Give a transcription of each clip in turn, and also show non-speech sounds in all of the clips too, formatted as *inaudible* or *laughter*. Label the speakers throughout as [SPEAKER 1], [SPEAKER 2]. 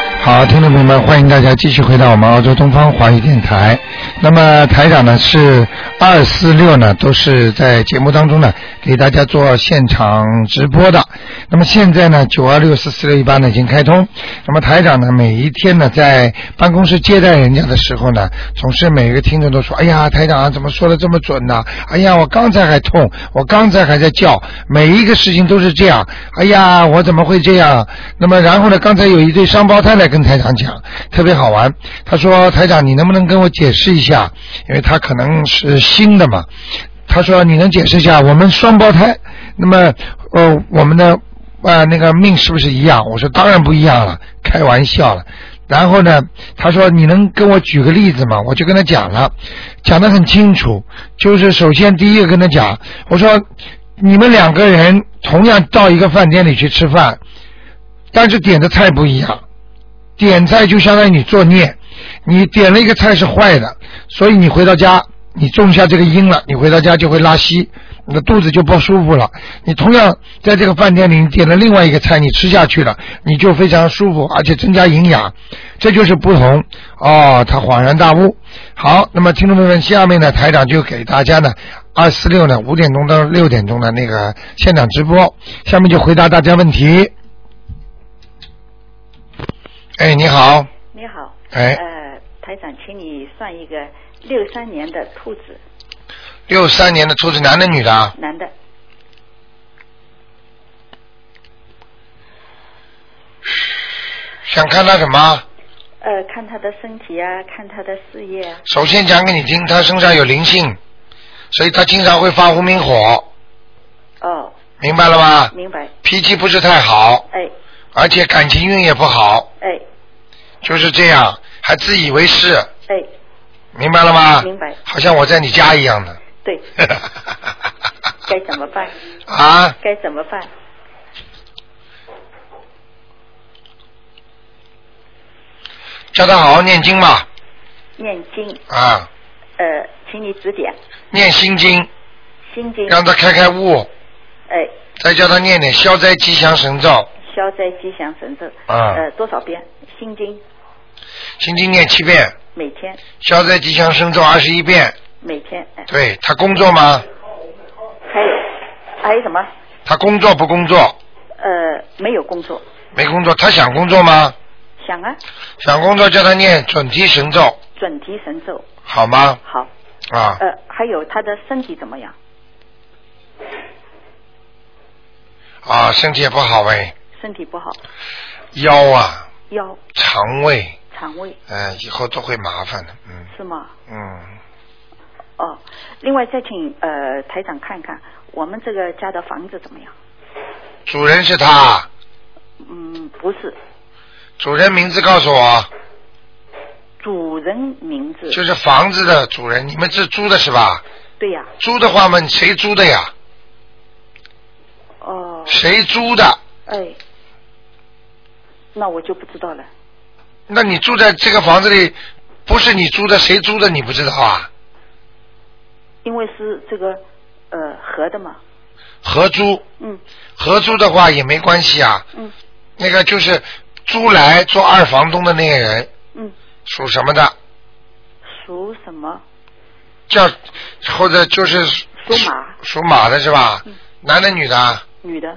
[SPEAKER 1] 众朋友们，欢迎大家继续回到我们澳洲东方华语电台。那么台长呢是二四六呢都是在节目当中呢给大家做现场直播的。那么现在呢九二六四四六一八呢已经开通。那么台长呢每一天呢在办公室接待人家的时候呢，总是每个听众都说：“哎呀，台长、啊、怎么说的这么准呢、哎呀，我刚才还痛，我刚才还在叫。”每一个事情都是这样。哎呀，我怎么会这样？那么然后呢，刚才有一对双胞胎来跟台长讲，特别好玩。他说：“台长，你能不能跟我解释一下？因为他可能是新的嘛。”他说：“你能解释一下我们双胞胎？那么呃，我们的啊、呃、那个命是不是一样？”我说：“当然不一样了，开玩笑了。”然后呢，他说：“你能跟我举个例子吗？”我就跟他讲了，讲得很清楚。就是首先第一个跟他讲，我说：“你们两个人同样到一个饭店里去吃饭，但是点的菜不一样。”点菜就相当于你作孽，你点了一个菜是坏的，所以你回到家，你种下这个因了，你回到家就会拉稀，你的肚子就不舒服了。你同样在这个饭店里，你点了另外一个菜，你吃下去了，你就非常舒服，而且增加营养，这就是不同。哦，他恍然大悟。好，那么听众朋友们，下面呢，台长就给大家呢。二四六呢，五点钟到六点钟的那个现场直播，下面就回答大家问题。哎，你好。
[SPEAKER 2] 你好。
[SPEAKER 1] 哎。
[SPEAKER 2] 呃，台长，请你算一个六三年的兔子。
[SPEAKER 1] 六三年的兔子，男的女的啊？
[SPEAKER 2] 男的。
[SPEAKER 1] 想看他什么？
[SPEAKER 2] 呃，看他的身体啊，看他的事业啊。
[SPEAKER 1] 首先讲给你听，他身上有灵性，所以他经常会发无名火。
[SPEAKER 2] 哦。
[SPEAKER 1] 明白了吧？
[SPEAKER 2] 明白。
[SPEAKER 1] 脾气不是太好。
[SPEAKER 2] 哎。
[SPEAKER 1] 而且感情运也不好，
[SPEAKER 2] 哎，
[SPEAKER 1] 就是这样，还自以为是，
[SPEAKER 2] 哎，
[SPEAKER 1] 明白了吗？
[SPEAKER 2] 明白。
[SPEAKER 1] 好像我在你家一样的。
[SPEAKER 2] 对。该怎么办？
[SPEAKER 1] 啊？
[SPEAKER 2] 该怎么办？
[SPEAKER 1] *laughs* 叫他好好念经吧。
[SPEAKER 2] 念经。
[SPEAKER 1] 啊。
[SPEAKER 2] 呃，请你指点。
[SPEAKER 1] 念心经。
[SPEAKER 2] 心经。
[SPEAKER 1] 让他开开悟。
[SPEAKER 2] 嗯哎。
[SPEAKER 1] 再叫他念点消灾吉祥神咒。
[SPEAKER 2] 消灾吉祥神咒，嗯，
[SPEAKER 1] 啊、
[SPEAKER 2] 呃，多少遍？心经，
[SPEAKER 1] 心经念七遍，
[SPEAKER 2] 每天。
[SPEAKER 1] 消灾吉祥神咒二十一遍，
[SPEAKER 2] 每天。呃、
[SPEAKER 1] 对他工作吗？
[SPEAKER 2] 还有，还有什么？
[SPEAKER 1] 他工作不工作？
[SPEAKER 2] 呃，没有工作。
[SPEAKER 1] 没工作，他想工作吗？
[SPEAKER 2] 想啊。
[SPEAKER 1] 想工作，叫他念准提神咒。
[SPEAKER 2] 准提神咒。
[SPEAKER 1] 好吗？
[SPEAKER 2] 好。
[SPEAKER 1] 啊。
[SPEAKER 2] 呃，还有他的身体怎么样？
[SPEAKER 1] 啊，身体也不好哎。
[SPEAKER 2] 身体不好，
[SPEAKER 1] 腰啊，
[SPEAKER 2] 腰，
[SPEAKER 1] 肠胃，
[SPEAKER 2] 肠胃，
[SPEAKER 1] 嗯、呃，以后都会麻烦的，嗯，
[SPEAKER 2] 是吗？
[SPEAKER 1] 嗯，
[SPEAKER 2] 哦，另外再请呃台长看看我们这个家的房子怎么样？
[SPEAKER 1] 主人是他？
[SPEAKER 2] 嗯，不是。
[SPEAKER 1] 主人名字告诉我。
[SPEAKER 2] 主人名字。
[SPEAKER 1] 就是房子的主人，你们是租的是吧？
[SPEAKER 2] 对呀、啊。
[SPEAKER 1] 租的话嘛，谁租的呀？
[SPEAKER 2] 哦。
[SPEAKER 1] 谁租的？
[SPEAKER 2] 哎。那我就不知道了。
[SPEAKER 1] 那你住在这个房子里，不是你租的，谁租的你不知道啊？
[SPEAKER 2] 因为是这个呃合的嘛。
[SPEAKER 1] 合租。
[SPEAKER 2] 嗯。
[SPEAKER 1] 合租的话也没关系
[SPEAKER 2] 啊。嗯。
[SPEAKER 1] 那个就是租来做二房东的那个人。
[SPEAKER 2] 嗯。
[SPEAKER 1] 属什么的？
[SPEAKER 2] 属什么？
[SPEAKER 1] 叫或者就是
[SPEAKER 2] 属马。
[SPEAKER 1] 属马的是吧？
[SPEAKER 2] 嗯。
[SPEAKER 1] 男的啊女的？
[SPEAKER 2] 女的。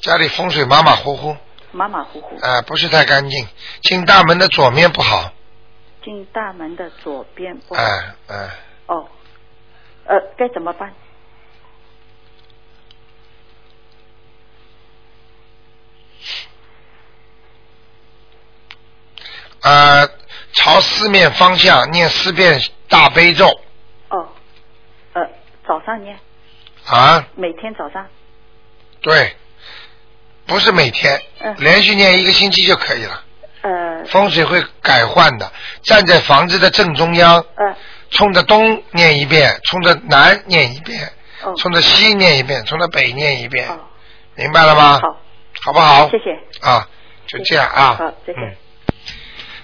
[SPEAKER 1] 家里风水马马虎虎，
[SPEAKER 2] 马马虎虎，
[SPEAKER 1] 哎、呃，不是太干净。进大门的左面不好，
[SPEAKER 2] 进大门的左边不好，
[SPEAKER 1] 哎、呃、哎、
[SPEAKER 2] 呃，哦，呃，该怎么办？
[SPEAKER 1] 呃，朝四面方向念四遍大悲咒。
[SPEAKER 2] 哦，呃，早上念。
[SPEAKER 1] 啊。
[SPEAKER 2] 每天早上。
[SPEAKER 1] 对。不是每天，
[SPEAKER 2] 嗯
[SPEAKER 1] 连续念一个星期就可以了。
[SPEAKER 2] 呃，
[SPEAKER 1] 风水会改换的。站在房子的正中央，
[SPEAKER 2] 呃，
[SPEAKER 1] 冲着东念一遍，冲着南念一遍，
[SPEAKER 2] 哦、
[SPEAKER 1] 冲着西念一遍，冲着北念一遍，
[SPEAKER 2] 哦、
[SPEAKER 1] 明白了吗？
[SPEAKER 2] 好，
[SPEAKER 1] 好不好？
[SPEAKER 2] 谢谢。
[SPEAKER 1] 啊，就这样
[SPEAKER 2] 啊。好，再见。嗯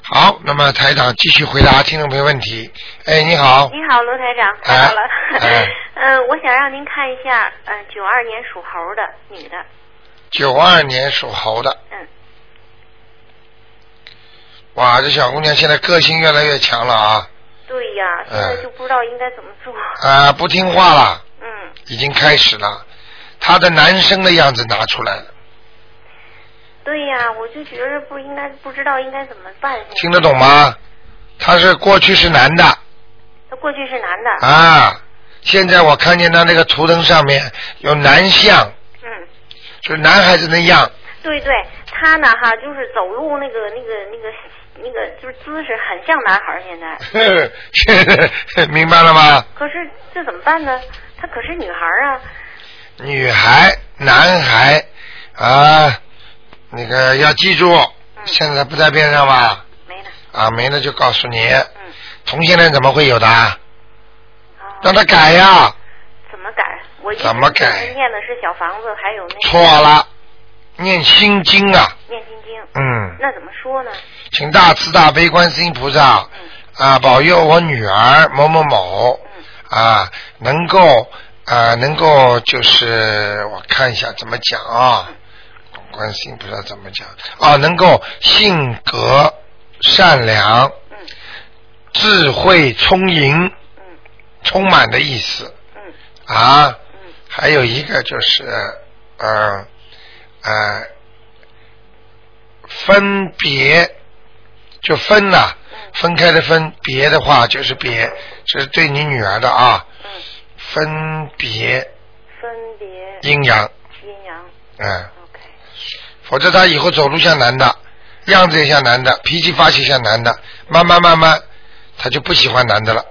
[SPEAKER 1] 好，那么台长继续回答听众朋友问题。哎，你好，
[SPEAKER 3] 你好，罗台长，太
[SPEAKER 1] 哎
[SPEAKER 3] 好了。
[SPEAKER 1] 哎
[SPEAKER 3] *laughs* 嗯，我想让您看一下，嗯、呃，九二年属猴的女的，
[SPEAKER 1] 九二年属猴的，
[SPEAKER 3] 嗯，
[SPEAKER 1] 哇，这小姑娘现在个性越来越强了啊，
[SPEAKER 3] 对呀，现在
[SPEAKER 1] 哎
[SPEAKER 3] 就不知道应该怎么做。 *laughs*
[SPEAKER 1] 啊，不听话了，
[SPEAKER 3] 嗯，
[SPEAKER 1] 已经开始了，她的男生的样子拿出来了，
[SPEAKER 3] 对呀，我就觉着不应该，不知道应该怎么办。
[SPEAKER 1] 听得懂吗？他是过去是男的
[SPEAKER 3] 他过去是男的，
[SPEAKER 1] 啊，现在我看见他那个图腾上面有男相，
[SPEAKER 3] 嗯，
[SPEAKER 1] 就是男孩子那样， *laughs*
[SPEAKER 3] 对对，他呢哈，就是走路那个那个那个那个，就是姿势很像男孩儿。现在，
[SPEAKER 1] 明白了吗？
[SPEAKER 3] 可是这怎么办呢？她可是女孩儿啊，
[SPEAKER 1] 女孩、男孩啊，那个要记住，现在不在边上吧？
[SPEAKER 3] 嗯没了，
[SPEAKER 1] 啊，没了就告诉你，
[SPEAKER 3] 嗯，哦
[SPEAKER 1] 同性恋怎么会有的啊？
[SPEAKER 3] 啊、
[SPEAKER 1] 让他改呀，
[SPEAKER 3] 怎么改？我一直
[SPEAKER 1] 怎么改
[SPEAKER 3] 给他念的是小房子，还有那个
[SPEAKER 1] 错了，念心经啊，
[SPEAKER 3] 念心经。
[SPEAKER 1] 嗯，
[SPEAKER 3] 那怎么说呢？
[SPEAKER 1] 请大慈大悲观世音菩萨
[SPEAKER 3] 嗯
[SPEAKER 1] 啊保佑我女儿某某某
[SPEAKER 3] 嗯
[SPEAKER 1] 啊能够啊能够就是我看一下怎么讲啊，观世音菩萨怎么讲啊能够性格善良。
[SPEAKER 3] 嗯
[SPEAKER 1] 智慧充盈、
[SPEAKER 3] 嗯
[SPEAKER 1] 充满的意思
[SPEAKER 3] 嗯
[SPEAKER 1] 啊。
[SPEAKER 3] 嗯
[SPEAKER 1] 还有一个就是，呃呃，分别就分呐、
[SPEAKER 3] 嗯
[SPEAKER 1] 分开的分，别的话就是别，这是对你女儿的啊。
[SPEAKER 3] 嗯，
[SPEAKER 1] 分别
[SPEAKER 3] 分别
[SPEAKER 1] 阴阳，
[SPEAKER 3] 阴阳。
[SPEAKER 1] 嗯，
[SPEAKER 3] OK，
[SPEAKER 1] 否则她以后走路像男的，样子也像男的，脾气发起像男的，慢慢慢慢，她就不喜欢男的了，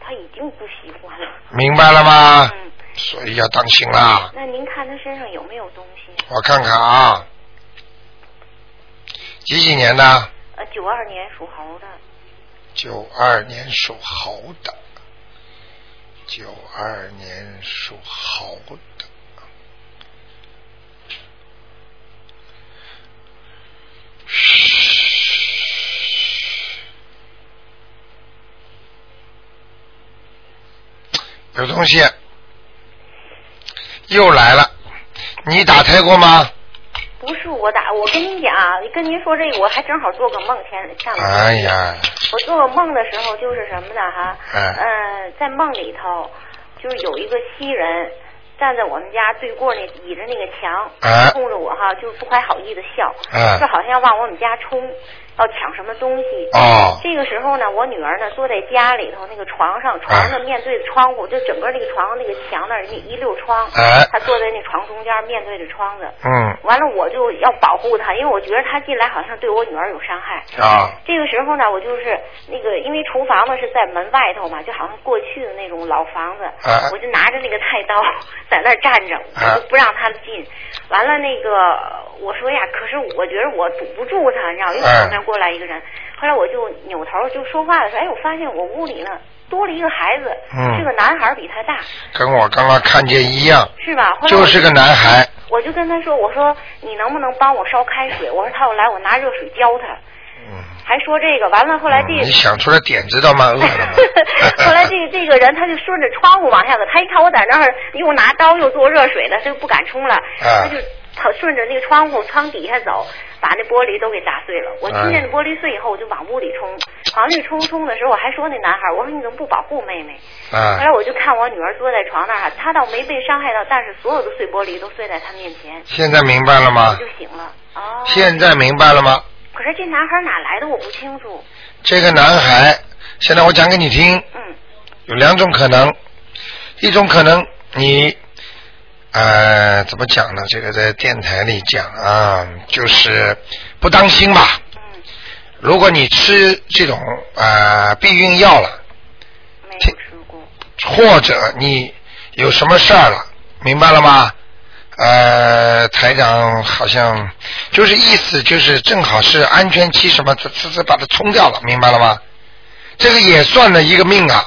[SPEAKER 3] 他已经不喜欢了。
[SPEAKER 1] 明白了吗？
[SPEAKER 3] 嗯，
[SPEAKER 1] 所以要当心啦。
[SPEAKER 3] 那您看他身上有没有东西？
[SPEAKER 1] 我看看啊，几几年的？
[SPEAKER 3] 呃，九二年属猴的。
[SPEAKER 1] 九二年属猴的，九二年属猴的。有东西，又来了。你打胎过吗？
[SPEAKER 3] 不是我打，我跟您讲啊，跟您说这个，我还正好做个梦，前上两天
[SPEAKER 1] 哎呀，
[SPEAKER 3] 我做个梦的时候就是什么呢哈，
[SPEAKER 1] 嗯
[SPEAKER 3] 呃，在梦里头就是有一个西人站在我们家对过那倚着那个墙，
[SPEAKER 1] 哎
[SPEAKER 3] 冲着我哈，就是不怀好意的笑，
[SPEAKER 1] 嗯
[SPEAKER 3] 就好像往我们家冲，要抢什么东西。
[SPEAKER 1] 哦，
[SPEAKER 3] 这个时候呢，我女儿呢坐在家里头那个床上，床呢面对着窗户，就整个那个床那个墙那儿那一溜窗，
[SPEAKER 1] 哎
[SPEAKER 3] 她坐在那床中间面对着窗子。
[SPEAKER 1] 嗯，
[SPEAKER 3] 完了，我就要保护她，因为我觉得她进来好像对我女儿有伤害。
[SPEAKER 1] 啊，
[SPEAKER 3] 这个时候呢，我就是那个，因为厨房呢是在门外头嘛，就好像过去的那种老房子，
[SPEAKER 1] 啊
[SPEAKER 3] 我就拿着那个菜刀 *laughs* 在那儿站着，我
[SPEAKER 1] 啊
[SPEAKER 3] 就不让他进。完了那个我说呀，可是我觉得我堵不住他，你知道，因为
[SPEAKER 1] 啊
[SPEAKER 3] 旁边过来一个人。后来我就扭头就说话的时候，哎，我发现我屋里呢多了一个孩子，
[SPEAKER 1] 嗯
[SPEAKER 3] 是个男孩，比他大，
[SPEAKER 1] 跟我刚刚看见一样，
[SPEAKER 3] 是吧？后来我
[SPEAKER 1] 就是个男孩。
[SPEAKER 3] 我就跟他说，我说你能不能帮我烧开水？我说他要来，我拿热水浇他。
[SPEAKER 1] 嗯，
[SPEAKER 3] 还说这个，完了后来这
[SPEAKER 1] 嗯你想出来点子倒蛮
[SPEAKER 3] *laughs*
[SPEAKER 1] 饿的嘛
[SPEAKER 3] 后来这个这个人他就顺着窗户往下走，他一看我在那儿又拿刀又做热水了，他就不敢冲了，
[SPEAKER 1] 啊
[SPEAKER 3] 他就他顺着那个窗户窗底下走，把那玻璃都给砸碎了。我听
[SPEAKER 1] 啊
[SPEAKER 3] 见那玻璃碎以后，我就往屋里冲，往里冲冲的时候，我还说那男孩，我说你怎么不保护妹妹？后来
[SPEAKER 1] 啊，
[SPEAKER 3] 我就看我女儿坐在床那儿，她倒没被伤害到，但是所有的碎玻璃都碎在她面前，
[SPEAKER 1] 现在明白了
[SPEAKER 3] 我
[SPEAKER 1] 吗？
[SPEAKER 3] 就醒了。哦，
[SPEAKER 1] 现在明白了吗？
[SPEAKER 3] 可是这男孩哪来的我不清楚。
[SPEAKER 1] 这个男孩，现在我讲给你听，
[SPEAKER 3] 嗯
[SPEAKER 1] 有两种可能，一种可能你，呃，怎么讲呢？这个在电台里讲啊，就是不当心吧。
[SPEAKER 3] 嗯，
[SPEAKER 1] 如果你吃这种呃避孕药了，
[SPEAKER 3] 没有吃过。
[SPEAKER 1] 或者你有什么事儿了，明白了吗？呃，台长好像就是意思就是正好是安全期什么，这这这把它冲掉了，明白了吗？这个也算了一个命啊，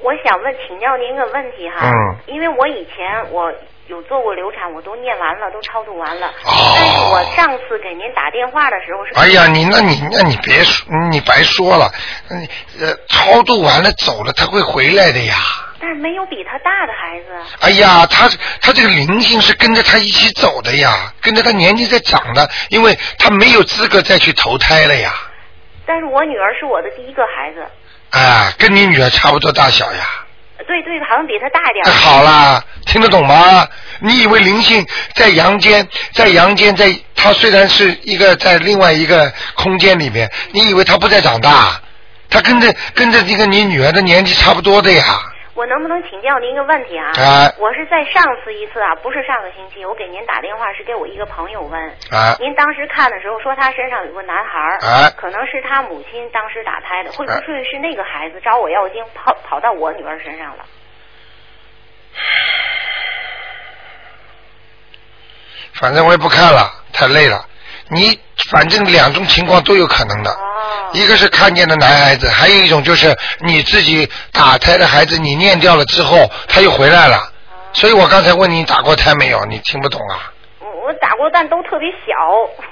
[SPEAKER 3] 我想问请教您一个问题哈，
[SPEAKER 1] 嗯
[SPEAKER 3] 因为我以前我有做过流产，我都念完了，都超度完了。哦。但是我上次给您打电话的时候是。
[SPEAKER 1] 哎呀，你那你那你别说，你白说了，你呃超度完了走了，他会回来的呀。
[SPEAKER 3] 但是没有比他大的孩子。
[SPEAKER 1] 哎呀，他他这个灵性是跟着他一起走的呀，跟着他年纪在长的，因为他没有资格再去投胎了呀。
[SPEAKER 3] 但是我女儿是我的第一个孩子。
[SPEAKER 1] 啊，跟你女儿差不多大小呀。
[SPEAKER 3] 对对，好像比他大一点、
[SPEAKER 1] 哎。好啦，听得懂吗？你以为灵性在阳间，在阳间，在他虽然是一个在另外一个空间里面，你以为他不再长大？他跟着跟着这个你女儿的年纪差不多的呀。
[SPEAKER 3] 我能不能请教您一个问题啊？
[SPEAKER 1] 啊
[SPEAKER 3] 我是在上次一次啊，不是上个星期，我给您打电话是给我一个朋友问。
[SPEAKER 1] 啊。
[SPEAKER 3] 您当时看的时候说他身上有个男孩儿，
[SPEAKER 1] 啊
[SPEAKER 3] 可能是他母亲当时打胎的，会不
[SPEAKER 1] 哎
[SPEAKER 3] 会是那个孩子找我要经跑跑到我女儿身上了？
[SPEAKER 1] 反正我也不看了，太累了。你反正两种情况都有可能的，
[SPEAKER 3] 哦
[SPEAKER 1] 一个是看见的男孩子，还有一种就是你自己打胎的孩子，你念掉了之后他又回来了。所以我刚才问你打过胎没有，你听不懂啊？
[SPEAKER 3] 我我打过，但都特别小。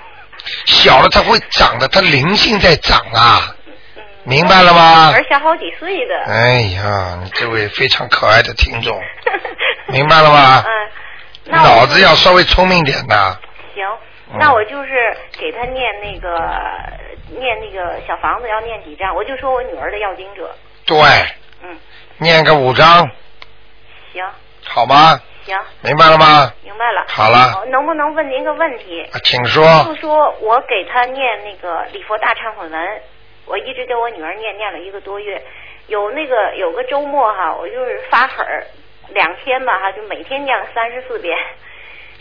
[SPEAKER 1] 小了它会长的，它灵性在长啊，
[SPEAKER 3] 嗯
[SPEAKER 1] 明白了吗
[SPEAKER 3] 女？儿小好几岁的。
[SPEAKER 1] 哎呀，你这位非常可爱的听众，明白了吗？
[SPEAKER 3] 嗯，那我
[SPEAKER 1] 脑子要稍微聪明点呐。
[SPEAKER 3] 行，
[SPEAKER 1] 嗯
[SPEAKER 3] 那我就是给他念那个念那个小房子要念几张，我就说我女儿的要经者。
[SPEAKER 1] 对，
[SPEAKER 3] 嗯，
[SPEAKER 1] 念个五章，
[SPEAKER 3] 行
[SPEAKER 1] 好吗？
[SPEAKER 3] 行，
[SPEAKER 1] 明白了吗？
[SPEAKER 3] 明白了。
[SPEAKER 1] 好了
[SPEAKER 3] 哦能不能问您个问题？
[SPEAKER 1] 啊请说。
[SPEAKER 3] 就说我给他念那个礼佛大忏悔文，我一直给我女儿念，念了一个多月。有那个有个周末哈，我就是发狠儿，两天吧哈，就每天念了三十四遍。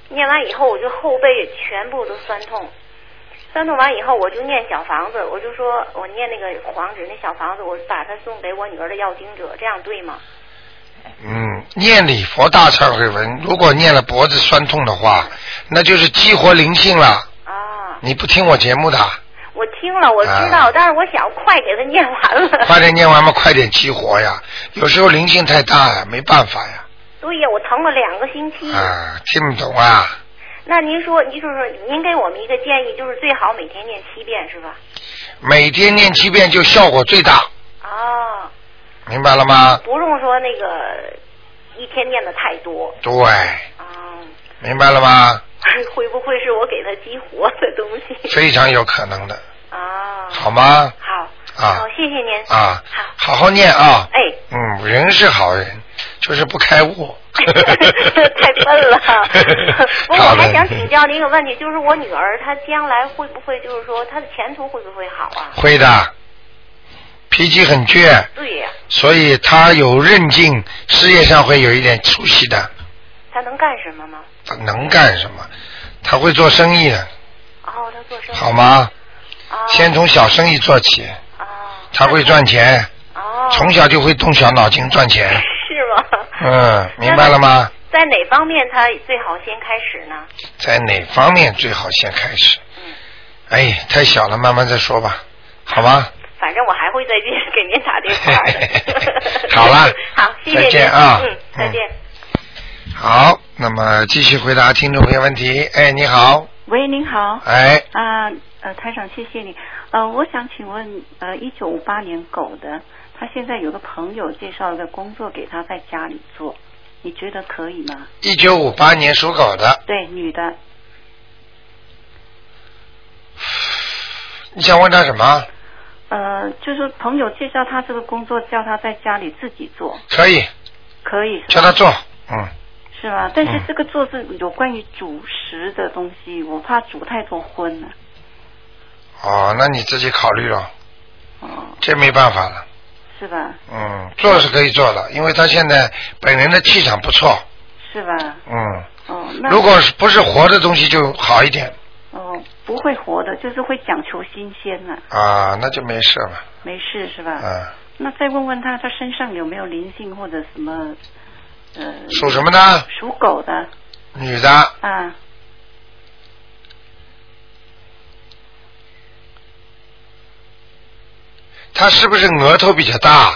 [SPEAKER 3] 念完以后，我就后背全部都酸痛。酸痛完以后，我就念小房子，我就说我念那个黄纸那小房子，我把它送给我女儿的要经者，这样对吗？
[SPEAKER 1] 嗯，念礼佛大忏悔文，如果念了脖子酸痛的话，那就是激活灵性了。
[SPEAKER 3] 啊，
[SPEAKER 1] 你不听我节目的，
[SPEAKER 3] 我听了，我知道，但是我想快给他念完了。
[SPEAKER 1] 快点念完嘛，快点激活呀！有时候灵性太大呀，没办法呀。
[SPEAKER 3] 对呀，我疼了两个星期。
[SPEAKER 1] 啊，听不懂啊？
[SPEAKER 3] 那您说，您就是说您给我们一个建议，就是最好每天念七遍是吧？
[SPEAKER 1] 每天念七遍就效果最大，
[SPEAKER 3] 啊，
[SPEAKER 1] 明白了吗？
[SPEAKER 3] 不用说那个一天念的太多
[SPEAKER 1] 对，
[SPEAKER 3] 啊，
[SPEAKER 1] 明白了吗？
[SPEAKER 3] 会不会是我给他激活的东西
[SPEAKER 1] 非常有可能的，
[SPEAKER 3] 啊？
[SPEAKER 1] 好吗？
[SPEAKER 3] 好，
[SPEAKER 1] 啊
[SPEAKER 3] 好，谢谢您
[SPEAKER 1] 啊
[SPEAKER 3] 好，
[SPEAKER 1] 好好念啊。
[SPEAKER 3] 哎，
[SPEAKER 1] 嗯，人是好人，就是不开
[SPEAKER 3] *laughs*
[SPEAKER 1] 悟。
[SPEAKER 3] 太笨了。不过我
[SPEAKER 1] 好的
[SPEAKER 3] 还想请教您一个问题，就是我女儿她将来会不会就是说她的前途会不会好啊？
[SPEAKER 1] 会的，脾气很倔，
[SPEAKER 3] 对呀、
[SPEAKER 1] 所以他有韧劲，事业上会有一点出息的。
[SPEAKER 3] 她能干什么吗？
[SPEAKER 1] 他能干什么？他会做生意的，
[SPEAKER 3] 哦，她做生意。
[SPEAKER 1] 好吗？
[SPEAKER 3] 哦
[SPEAKER 1] 先从小生意做起，
[SPEAKER 3] 哦，
[SPEAKER 1] 他会赚钱，
[SPEAKER 3] 哦，
[SPEAKER 1] 从小就会动小脑筋赚钱。
[SPEAKER 3] 是吗？
[SPEAKER 1] 嗯， *laughs* 明白了吗？
[SPEAKER 3] 在哪方面他最好先开始呢？
[SPEAKER 1] 在哪方面最好先开始？
[SPEAKER 3] 嗯，
[SPEAKER 1] 哎，太小了，慢慢再说吧，好吗？。
[SPEAKER 3] 反正我还会再去给您打电话的
[SPEAKER 1] *laughs* 好了
[SPEAKER 4] *laughs*
[SPEAKER 3] 好，谢谢您
[SPEAKER 1] 再见啊
[SPEAKER 3] 嗯，再见。
[SPEAKER 1] 好，那么继续回答听众朋友问题。哎，你好，
[SPEAKER 5] 喂，您好。
[SPEAKER 1] 哎，
[SPEAKER 5] 啊，呃，台长，谢谢你。呃，我想请问，呃，一九五八年狗的，他现在有个朋友介绍了个工作给他在家里做，你觉得可以吗？
[SPEAKER 1] 一九五八年属狗的，
[SPEAKER 5] 对，女的，
[SPEAKER 1] 你想问他什么？
[SPEAKER 5] 呃，就是朋友介绍他这个工作，叫他在家里自己做，
[SPEAKER 1] 可以，
[SPEAKER 5] 可以是
[SPEAKER 1] 叫
[SPEAKER 5] 吧？
[SPEAKER 1] 他做，嗯，
[SPEAKER 5] 是吧？但是
[SPEAKER 1] 嗯
[SPEAKER 5] 这个做是有关于主食的东西，我怕煮太多荤了。
[SPEAKER 1] 哦，那你自己考虑了，
[SPEAKER 5] 哦，
[SPEAKER 1] 这没办法了，
[SPEAKER 5] 是吧？
[SPEAKER 1] 嗯，做是可以做的，因为他现在本人的气场不错，
[SPEAKER 5] 是吧？
[SPEAKER 1] 嗯，
[SPEAKER 5] 哦，那
[SPEAKER 1] 如果是不是活的东西就好一点
[SPEAKER 5] 哦不会活的，就是会讲求新鲜了、
[SPEAKER 1] 啊，那就没事了，
[SPEAKER 5] 没事是吧？
[SPEAKER 1] 嗯，
[SPEAKER 5] 那再问问他，他身上有没有灵性或者什么？呃，
[SPEAKER 1] 属什么呢？
[SPEAKER 5] 属狗的
[SPEAKER 1] 嗯女的，
[SPEAKER 5] 啊，
[SPEAKER 1] 她是不是额头比较大？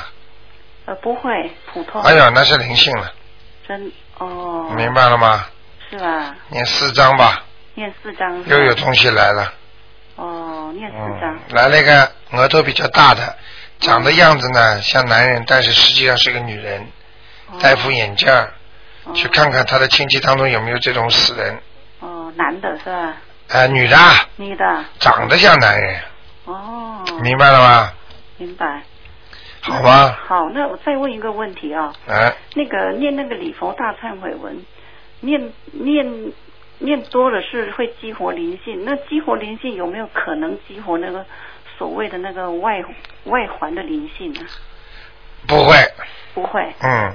[SPEAKER 5] 呃，不会，普通。
[SPEAKER 1] 哎哎呀，那是灵性了，
[SPEAKER 5] 真哦，
[SPEAKER 1] 明白了吗？
[SPEAKER 5] 是吧？
[SPEAKER 1] 念四张吧，
[SPEAKER 5] 念四张是吧
[SPEAKER 1] 又有东西来了。
[SPEAKER 5] 哦，念四张
[SPEAKER 1] 嗯，来了一个额头比较大的，长的样子
[SPEAKER 5] 嗯
[SPEAKER 1] 呢像男人，但是实际上是个女人，戴副眼镜儿，
[SPEAKER 5] 哦
[SPEAKER 1] 去看看他的亲戚当中有没有这种死人，
[SPEAKER 5] 哦，男的是吧？
[SPEAKER 1] 啊、女的啊
[SPEAKER 5] 女的
[SPEAKER 1] 长得像男人，
[SPEAKER 5] 哦，
[SPEAKER 1] 明白了吗？
[SPEAKER 5] 明白。
[SPEAKER 1] 好吗？
[SPEAKER 5] 好，那我再问一个问题啊、
[SPEAKER 1] 哎，
[SPEAKER 5] 那个念那个礼佛大忏悔文，念念念多了是会激活灵性，那激活灵性有没有可能激活那个所谓的那个外外环的灵性呢？
[SPEAKER 1] 不会，
[SPEAKER 5] 不会
[SPEAKER 1] 嗯，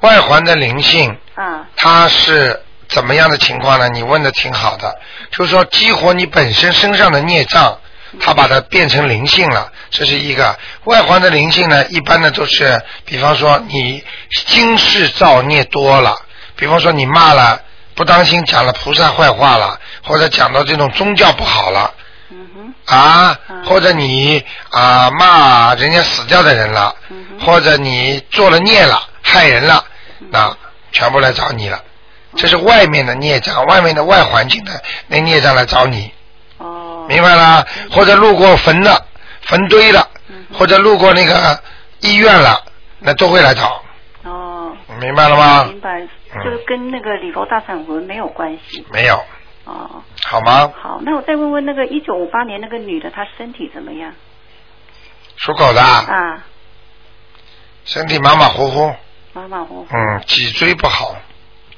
[SPEAKER 1] 外环的灵性
[SPEAKER 5] 啊，
[SPEAKER 1] 它是怎么样的情况呢？你问的挺好的，就是说激活你本身身上的孽障，
[SPEAKER 5] 嗯
[SPEAKER 1] 它把它变成灵性了，这是一个外环的灵性呢。一般呢都是，比方说你今世造孽多了，比方说你骂了，不当心讲了菩萨坏话了，或者讲到这种宗教不好了。
[SPEAKER 5] 嗯哼，
[SPEAKER 1] 啊
[SPEAKER 5] 嗯，
[SPEAKER 1] 或者你啊骂人家死掉的人了，
[SPEAKER 5] 嗯哼，
[SPEAKER 1] 或者你做了孽了，害人了，
[SPEAKER 5] 嗯
[SPEAKER 1] 那全部来找你了。这是外面的孽障，外面的外环境的那孽障来找你，
[SPEAKER 5] 哦，
[SPEAKER 1] 明白啦？或者路过坟了、坟堆了，
[SPEAKER 5] 嗯哼
[SPEAKER 1] 或者路过那个医院了，那都会来找，
[SPEAKER 5] 哦，
[SPEAKER 1] 明白了吗嗯
[SPEAKER 5] 明？白，就是跟那个礼佛大忏悔文没有关系
[SPEAKER 1] 没有，
[SPEAKER 5] 哦。
[SPEAKER 1] 好吗？
[SPEAKER 5] 好，那我再问问那个一九五八年那个女的，她身体怎么样
[SPEAKER 1] 属狗的，
[SPEAKER 5] 啊？
[SPEAKER 1] 身体马马虎虎，
[SPEAKER 5] 马马虎虎，
[SPEAKER 1] 嗯，脊椎不好，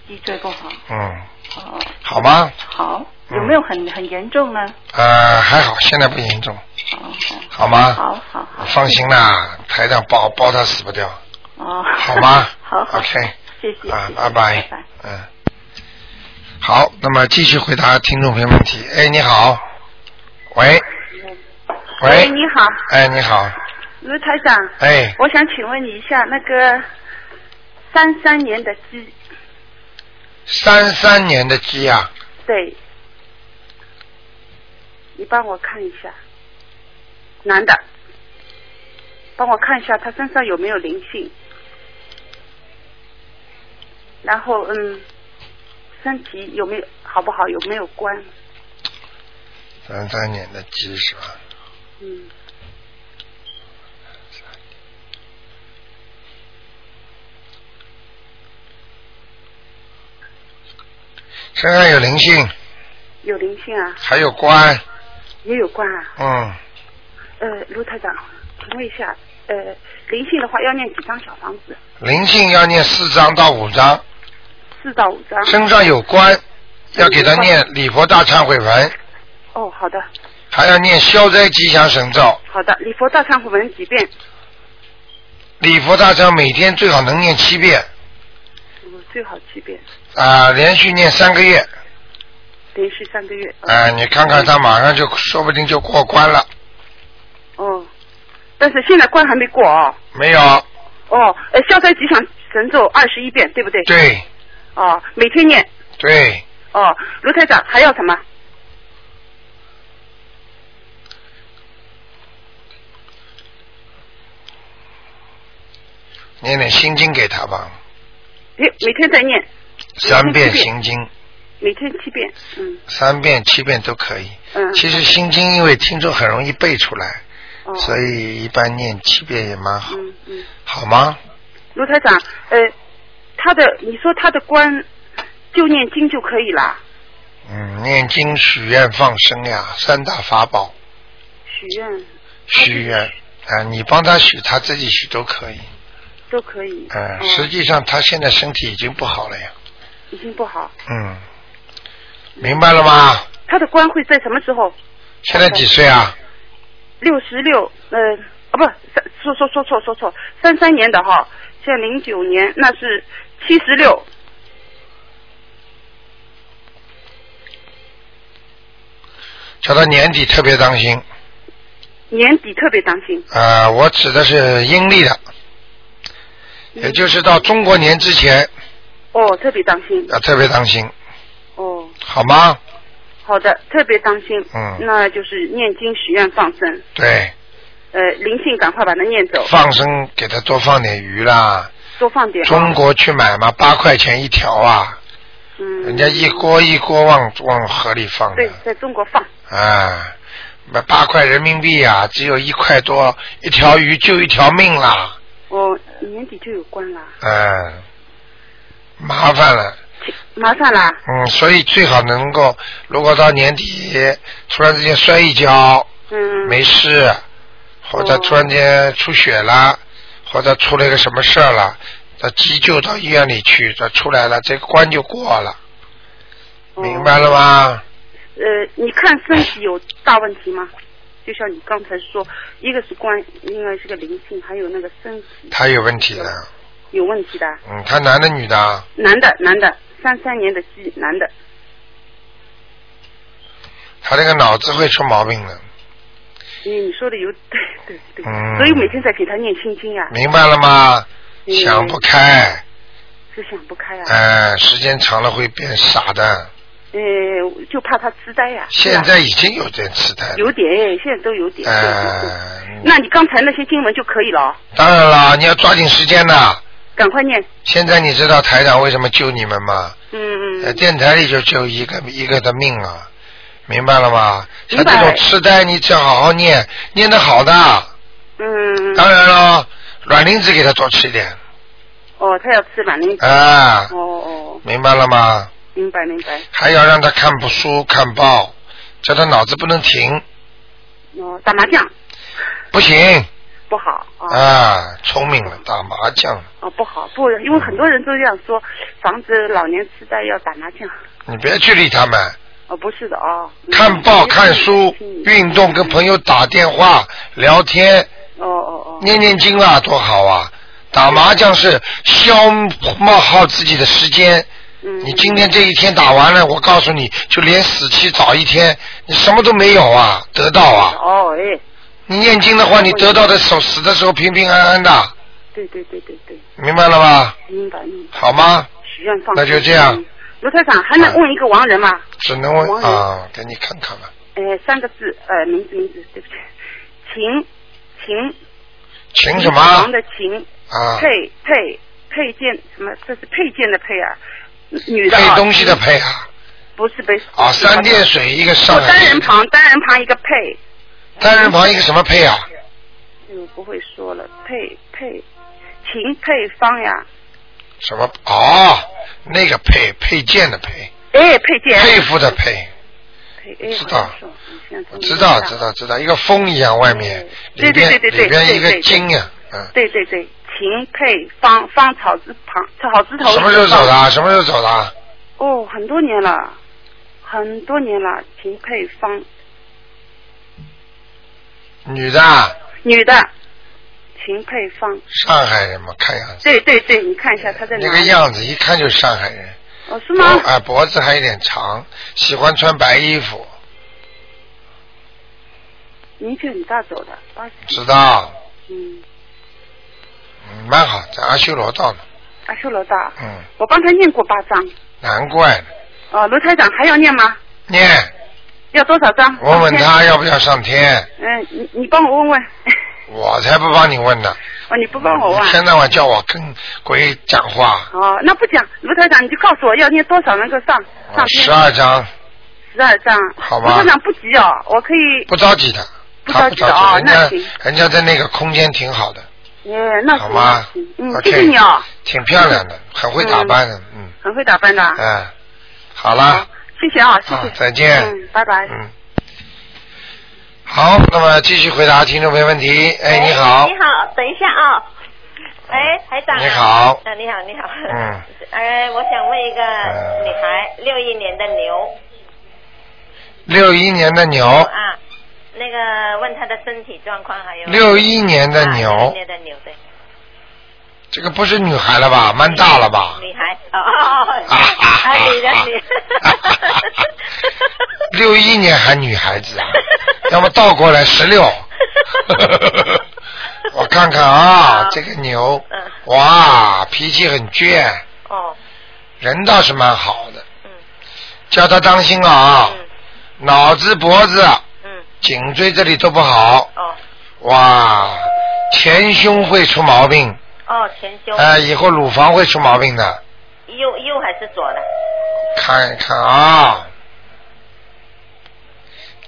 [SPEAKER 5] 脊椎不好
[SPEAKER 1] 嗯，
[SPEAKER 5] 哦。
[SPEAKER 1] 好吗？
[SPEAKER 5] 好，有没有很很严重呢？
[SPEAKER 1] 呃，还好，现在不严重，
[SPEAKER 5] 哦，
[SPEAKER 1] 好吗？
[SPEAKER 5] 好好好，
[SPEAKER 1] 放心啦，台长保保他死不掉，
[SPEAKER 5] 哦，
[SPEAKER 1] 好吗
[SPEAKER 5] *laughs* 好好
[SPEAKER 1] ？OK，
[SPEAKER 5] 谢谢，
[SPEAKER 1] 啊
[SPEAKER 5] 谢，谢
[SPEAKER 1] 拜
[SPEAKER 5] 拜拜。
[SPEAKER 1] 嗯。好，那么继续回答听众朋友问题。哎，你好，喂，
[SPEAKER 6] 喂，
[SPEAKER 1] 喂，
[SPEAKER 6] 你好，
[SPEAKER 1] 哎，你好，
[SPEAKER 6] 卢台长，
[SPEAKER 1] 哎，
[SPEAKER 6] 我想请问你一下，那个三三年的鸡，
[SPEAKER 1] 三三年的鸡啊，
[SPEAKER 6] 对，你帮我看一下，男的，帮我看一下他身上有没有灵性，然后嗯，身体有没有好不好，有没有关，
[SPEAKER 1] 三三年的鸡是吧？
[SPEAKER 6] 嗯，
[SPEAKER 1] 身上有灵性，
[SPEAKER 6] 有灵性啊，
[SPEAKER 1] 还有关，
[SPEAKER 6] 也有关啊，
[SPEAKER 1] 嗯，
[SPEAKER 6] 呃，卢台长，请问一下，呃，灵性的话要念几张小房子？
[SPEAKER 1] 灵性要念四章到五章，
[SPEAKER 6] 四到五张。
[SPEAKER 1] 身上有关，要给他念礼佛大忏悔文，
[SPEAKER 6] 哦，好的，
[SPEAKER 1] 还要念消灾吉祥神咒。
[SPEAKER 6] 好的。礼佛大忏悔文几遍？
[SPEAKER 1] 礼佛大忏每天最好能念七遍
[SPEAKER 6] 嗯，最好七遍，
[SPEAKER 1] 啊、连续念三个月
[SPEAKER 6] 连续三个月。
[SPEAKER 1] 啊、你看看他马上就说不定就过关了，
[SPEAKER 6] 哦，但是现在关还没过哦。
[SPEAKER 1] 没有？
[SPEAKER 6] 哦，呃，消灾吉祥神咒二十一遍，对不对？。
[SPEAKER 1] 对
[SPEAKER 6] 哦，每天念。
[SPEAKER 1] 对，
[SPEAKER 6] 哦，卢台长还要什么？
[SPEAKER 1] 念点心经给他吧，
[SPEAKER 6] 每每天在念，
[SPEAKER 1] 三遍
[SPEAKER 6] 七遍
[SPEAKER 1] 心经，
[SPEAKER 6] 每天七遍。嗯
[SPEAKER 1] 三遍七遍都可以。
[SPEAKER 6] 嗯。
[SPEAKER 1] 其实心经因为听众很容易背出来，
[SPEAKER 6] 哦。
[SPEAKER 1] 所以一般念七遍也蛮好，
[SPEAKER 6] 嗯嗯，
[SPEAKER 1] 好吗？
[SPEAKER 6] 卢台长，呃，他的你说他的关就念经就可以啦，
[SPEAKER 1] 嗯，念经、许愿、放生呀，三大法
[SPEAKER 6] 哦
[SPEAKER 1] 宝。
[SPEAKER 6] 许愿
[SPEAKER 1] 许愿啊，你帮他许，他自己许都可以。
[SPEAKER 6] 都可以。
[SPEAKER 1] 嗯，
[SPEAKER 6] 哦
[SPEAKER 1] 实际上他现在身体已经不好了呀。
[SPEAKER 6] 已经不好。
[SPEAKER 1] 嗯，明白了吗？
[SPEAKER 6] 他的官会在什么时候？
[SPEAKER 1] 现在几岁啊？
[SPEAKER 6] 六十六，呃，啊不，三说说说错说错，三三年的哈，现在零九年那是七十六，
[SPEAKER 1] 叫他年底特别当心
[SPEAKER 6] 年底特别当心。
[SPEAKER 1] 啊、我指的是阴历的，
[SPEAKER 6] 嗯
[SPEAKER 1] 也就是到中国年之前
[SPEAKER 6] 哦，特别当心。
[SPEAKER 1] 要啊特别当心，
[SPEAKER 6] 哦，
[SPEAKER 1] 好吗？
[SPEAKER 6] 好的，特别当心。
[SPEAKER 1] 嗯
[SPEAKER 6] 那就是念经、许愿、放生，
[SPEAKER 1] 对，
[SPEAKER 6] 呃，灵性赶快把它念走。
[SPEAKER 1] 放生给他多放点鱼啦，
[SPEAKER 6] 多放点。啊
[SPEAKER 1] 中国去买嘛，八块钱一条啊，
[SPEAKER 6] 嗯，
[SPEAKER 1] 人家一锅一锅往往河里放
[SPEAKER 6] 对
[SPEAKER 1] 的，
[SPEAKER 6] 在中国放，
[SPEAKER 1] 啊，买八块人民币啊，只有一块多，一条鱼就一条命啦，
[SPEAKER 6] 我哦年底就有关了，
[SPEAKER 1] 嗯，麻烦了。
[SPEAKER 6] 麻烦啦，
[SPEAKER 1] 嗯，所以最好能够，如果到年底突然之间摔一跤
[SPEAKER 6] 嗯，
[SPEAKER 1] 没事，或者
[SPEAKER 6] 哦
[SPEAKER 1] 突然间出血
[SPEAKER 6] 嗯
[SPEAKER 1] 啦，或者出了一个什么事儿了，再急救到医院里去，再出来了，这个关就过了，
[SPEAKER 6] 哦
[SPEAKER 1] 明白了吗？
[SPEAKER 6] 呃，你看身体有大问题吗？就像你刚才说，一个是关，另外是个灵性，还有那个身体
[SPEAKER 1] 他有问题的，
[SPEAKER 6] 有问题的。
[SPEAKER 1] 嗯，他男的女的啊，
[SPEAKER 6] 男的，男的，三三年的鸡，男的，
[SPEAKER 1] 他这个脑子会出毛病的，
[SPEAKER 6] 你你说的有 *laughs* 对对对，
[SPEAKER 1] 嗯
[SPEAKER 6] 所以每天在给他念心经呀、
[SPEAKER 1] 明白了吗？
[SPEAKER 6] 嗯
[SPEAKER 1] 想不开，
[SPEAKER 6] 是想不开啊，
[SPEAKER 1] 哎、时间长了会变傻的。
[SPEAKER 6] 呃，就怕他痴呆呀、是啊吧
[SPEAKER 1] 现在已经有点痴呆了，
[SPEAKER 6] 有点，现在都有点。
[SPEAKER 1] 哎、
[SPEAKER 6] 对对对
[SPEAKER 1] 嗯
[SPEAKER 6] 那你刚才那些经文就可以了，
[SPEAKER 1] 当然啦，你要抓紧时间呐。
[SPEAKER 6] 赶快念。
[SPEAKER 1] 现在你知道台长为什么救你们吗？
[SPEAKER 6] 嗯
[SPEAKER 1] 在
[SPEAKER 6] 嗯，
[SPEAKER 1] 电台里就救一个一个的命啊，明白了吗？像
[SPEAKER 6] 明白
[SPEAKER 1] 这种痴呆，你只要好好念，念得好的。
[SPEAKER 6] 嗯，
[SPEAKER 1] 当然了，软磷脂给他多吃一点
[SPEAKER 6] 哦，他要吃软磷脂。
[SPEAKER 1] 啊，
[SPEAKER 6] 哦哦，
[SPEAKER 1] 明白了吗？
[SPEAKER 6] 明白明白。
[SPEAKER 1] 还要让他看不书看报，叫他脑子不能停，
[SPEAKER 6] 哦，打麻将
[SPEAKER 1] 不行
[SPEAKER 6] 不好啊。
[SPEAKER 1] 啊，聪明了，打麻将，
[SPEAKER 6] 哦，不好，不，因为很多人都这样说，防止老年痴呆要打麻将。
[SPEAKER 1] 你别去理他们。
[SPEAKER 6] 哦，不是的哦。嗯
[SPEAKER 1] 看报、看书、
[SPEAKER 6] 嗯
[SPEAKER 1] 运动，跟朋友打电话聊天，
[SPEAKER 6] 哦哦哦。
[SPEAKER 1] 念念经啊，多好啊！打麻将是消磨耗自己的时间。
[SPEAKER 6] 嗯。
[SPEAKER 1] 你今天这一天打完了，我告诉你就连死期早一天，你什么都没有啊，得到啊！
[SPEAKER 6] 哦，哎，
[SPEAKER 1] 你念经的话，你得到的时候死的时候平平安安的，
[SPEAKER 6] 对对对对对，
[SPEAKER 1] 明白了吧？
[SPEAKER 6] 明白明白。
[SPEAKER 1] 好吗？
[SPEAKER 6] 许愿放。嗯
[SPEAKER 1] 那就这样。哎
[SPEAKER 6] 卢台长还能问一个亡人吗？
[SPEAKER 1] 只能问啊，给你看看吧。
[SPEAKER 6] 呃，三个字，呃，名字名字，对不起，秦秦
[SPEAKER 1] 请什
[SPEAKER 6] 王
[SPEAKER 1] 么
[SPEAKER 6] 的秦，
[SPEAKER 1] 啊？
[SPEAKER 6] 配配配件什么？这是配件的配啊，女的、啊。
[SPEAKER 1] 配东西的配啊？
[SPEAKER 6] 不是被
[SPEAKER 1] 啊，三点水一个上
[SPEAKER 6] 哦
[SPEAKER 1] 海，
[SPEAKER 6] 单人旁，单人旁一个配，
[SPEAKER 1] 单人旁一个什么配啊？
[SPEAKER 6] 我不会说了，配配，秦配方呀，
[SPEAKER 1] 什么？哦，那个配配件的配，
[SPEAKER 6] 哎，配件，
[SPEAKER 1] 佩服的佩，
[SPEAKER 6] 配，哎，
[SPEAKER 1] 知道
[SPEAKER 6] 好像是，现在终于
[SPEAKER 1] 知道知。道知道，一个风一样，外面
[SPEAKER 6] 对
[SPEAKER 1] 里边
[SPEAKER 6] 对对对对
[SPEAKER 1] 里边
[SPEAKER 6] 对
[SPEAKER 1] 一个
[SPEAKER 6] 对对
[SPEAKER 1] 金呀，嗯，
[SPEAKER 6] 对对对，秦配方，方草字旁，草字头。
[SPEAKER 1] 什么时候走的？啊？什么时候走的啊？
[SPEAKER 6] 哦，很多年了，很多年了，秦配方，
[SPEAKER 1] 女的啊，
[SPEAKER 6] 女的，秦配方，
[SPEAKER 1] 上海人嘛，看样子，
[SPEAKER 6] 对对对，你看一下她在哪
[SPEAKER 1] 那
[SPEAKER 6] 里？
[SPEAKER 1] 个样子一看就是上海人，
[SPEAKER 6] 哦，是吗？
[SPEAKER 1] 啊，脖子还有点长，喜欢穿白衣服，
[SPEAKER 6] 年纪很大走的，八十几
[SPEAKER 1] 知，道，
[SPEAKER 6] 嗯，
[SPEAKER 1] 嗯蛮好，在阿修罗道呢，
[SPEAKER 6] 阿修罗大，
[SPEAKER 1] 嗯，
[SPEAKER 6] 我帮他念过八章。
[SPEAKER 1] 难怪呢，
[SPEAKER 6] 哦，卢台长还要念吗？
[SPEAKER 1] 念，
[SPEAKER 6] 要多少张？
[SPEAKER 1] 我问
[SPEAKER 6] 上
[SPEAKER 1] 他要不要上天，
[SPEAKER 6] 天。嗯，你你帮我问问。
[SPEAKER 1] 我才不帮你问呢。
[SPEAKER 6] 哦，你不帮我问
[SPEAKER 1] 一。天到晚叫我跟鬼讲话，
[SPEAKER 6] 哦，那不讲，卢台长你就告诉我要念多少能够上上天
[SPEAKER 1] 哦十二章
[SPEAKER 6] 十二张。
[SPEAKER 1] 好吧
[SPEAKER 6] 卢台长不急哦，我可以。
[SPEAKER 1] 不着急的，
[SPEAKER 6] 不着
[SPEAKER 1] 他不
[SPEAKER 6] 急
[SPEAKER 1] 着
[SPEAKER 6] 的哦
[SPEAKER 1] 急，人
[SPEAKER 6] 那
[SPEAKER 1] 家
[SPEAKER 6] 行
[SPEAKER 1] 人家在那个空间挺好的，
[SPEAKER 6] 耶，那
[SPEAKER 1] 好
[SPEAKER 6] 行
[SPEAKER 1] 吗
[SPEAKER 6] 那行，嗯，
[SPEAKER 1] OK
[SPEAKER 6] 谢谢你哦，
[SPEAKER 1] 挺漂亮的，很会打扮的，嗯，
[SPEAKER 6] 很会打扮的啊。
[SPEAKER 1] 哎，好啦
[SPEAKER 6] 好，谢谢啊，谢
[SPEAKER 1] 啊
[SPEAKER 6] 谢。，
[SPEAKER 1] 再见，
[SPEAKER 6] 嗯，拜拜。
[SPEAKER 1] 嗯。好，那么继续回答听众朋友问题。哎，你好
[SPEAKER 4] 你，好，等一下啊、哎，台长啊。
[SPEAKER 1] 嗯你好
[SPEAKER 4] 啊，你好，你好。
[SPEAKER 1] 嗯。
[SPEAKER 4] *laughs* 哎，我想问一个女孩，六一年的牛
[SPEAKER 1] 六一年的牛，
[SPEAKER 4] 啊，那个问她的身体状况还有。
[SPEAKER 1] 六一年
[SPEAKER 4] 啊
[SPEAKER 1] 的
[SPEAKER 4] 六一
[SPEAKER 1] 牛，
[SPEAKER 4] 年的牛，对。
[SPEAKER 1] 这个不是女孩了吧？蛮大了吧？
[SPEAKER 4] 女孩，哦哦哦。
[SPEAKER 1] *laughs* 啊
[SPEAKER 4] 啊，女的 *laughs* 女。
[SPEAKER 1] *laughs* 六一年还女孩
[SPEAKER 4] *laughs*
[SPEAKER 1] 子啊，要么倒过来十六。我看看啊
[SPEAKER 4] 啊，
[SPEAKER 1] 这个牛
[SPEAKER 4] 嗯，
[SPEAKER 1] 哇，脾气很倔，
[SPEAKER 4] 哦，
[SPEAKER 1] 人倒是蛮好的。
[SPEAKER 4] 嗯
[SPEAKER 1] 叫他当心啊，
[SPEAKER 4] 嗯
[SPEAKER 1] 脑子、脖子、
[SPEAKER 4] 嗯，
[SPEAKER 1] 颈椎这里都不好，
[SPEAKER 4] 哦
[SPEAKER 1] 哇，前胸会出毛病，
[SPEAKER 4] 哦哦，前胸。
[SPEAKER 1] 哎、以后乳房会出毛病的，
[SPEAKER 4] 右右还是左的？
[SPEAKER 1] 看一看啊。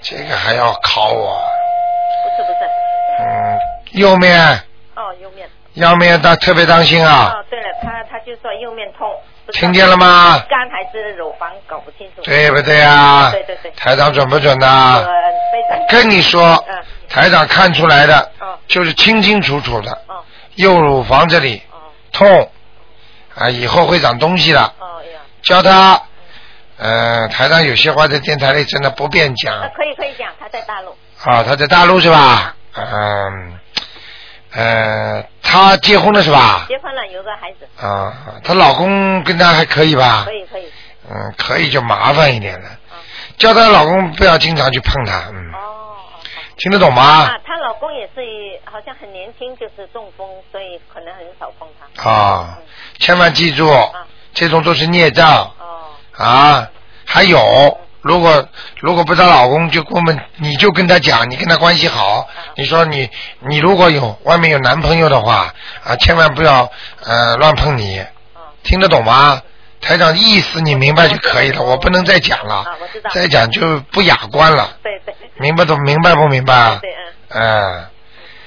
[SPEAKER 1] 这个还要啊考
[SPEAKER 7] 哦
[SPEAKER 1] 我，
[SPEAKER 4] 不是不是。
[SPEAKER 1] 嗯，右面
[SPEAKER 4] 哦，右面。
[SPEAKER 1] 右面当特别当心啊，
[SPEAKER 4] 哦，对了，他他就说右面痛。不知道
[SPEAKER 1] 听见了吗
[SPEAKER 4] 是肝还是乳房搞不清楚。
[SPEAKER 1] 对不对啊
[SPEAKER 4] 对对对。
[SPEAKER 1] 台长准不准啊
[SPEAKER 4] 呃
[SPEAKER 1] 呐？
[SPEAKER 4] 非常
[SPEAKER 1] 跟你说
[SPEAKER 4] 嗯，
[SPEAKER 1] 台长看出来的
[SPEAKER 4] 哦，
[SPEAKER 1] 就是清清楚楚的
[SPEAKER 4] 哦，
[SPEAKER 1] 右乳房这里
[SPEAKER 4] 哦
[SPEAKER 1] 痛，啊，以后会长东西的，
[SPEAKER 4] 哦呀，
[SPEAKER 1] 教他，呃，台长有些话在电台里真的不便讲，
[SPEAKER 4] 那呃可以可以讲，他在大陆。
[SPEAKER 1] 啊，他在大陆是吧？嗯，呃，他结婚了是吧？
[SPEAKER 4] 结婚了，有个孩子，
[SPEAKER 1] 啊，她老公跟她还可以吧
[SPEAKER 4] 可？以可以。
[SPEAKER 1] 嗯，可以就麻烦一点了
[SPEAKER 4] 嗯。
[SPEAKER 1] 叫她老公不要经常去碰她，嗯，
[SPEAKER 4] 哦。
[SPEAKER 1] 听得懂
[SPEAKER 4] 哦
[SPEAKER 1] 吗
[SPEAKER 4] 啊，？她老公也是，好像很年轻，就是中风，所以可能很少碰她。
[SPEAKER 1] 啊，千万记住，这种都是孽障
[SPEAKER 4] 嗯哦，
[SPEAKER 1] 啊。还有，如果如果不找老公，就我们你就跟他讲，你跟他关系好，
[SPEAKER 4] 嗯
[SPEAKER 1] 你说你你如果有外面有男朋友的话啊，千万不要呃乱碰你，
[SPEAKER 4] 嗯
[SPEAKER 1] 听得懂吗？台长意思你明
[SPEAKER 4] 哦
[SPEAKER 1] 白就可以了，我不能再讲了
[SPEAKER 4] 啊我知道，
[SPEAKER 1] 再讲就不雅观了，
[SPEAKER 4] 对对
[SPEAKER 1] 明白懂？明白不明白啊？
[SPEAKER 4] 对，嗯。
[SPEAKER 1] 嗯，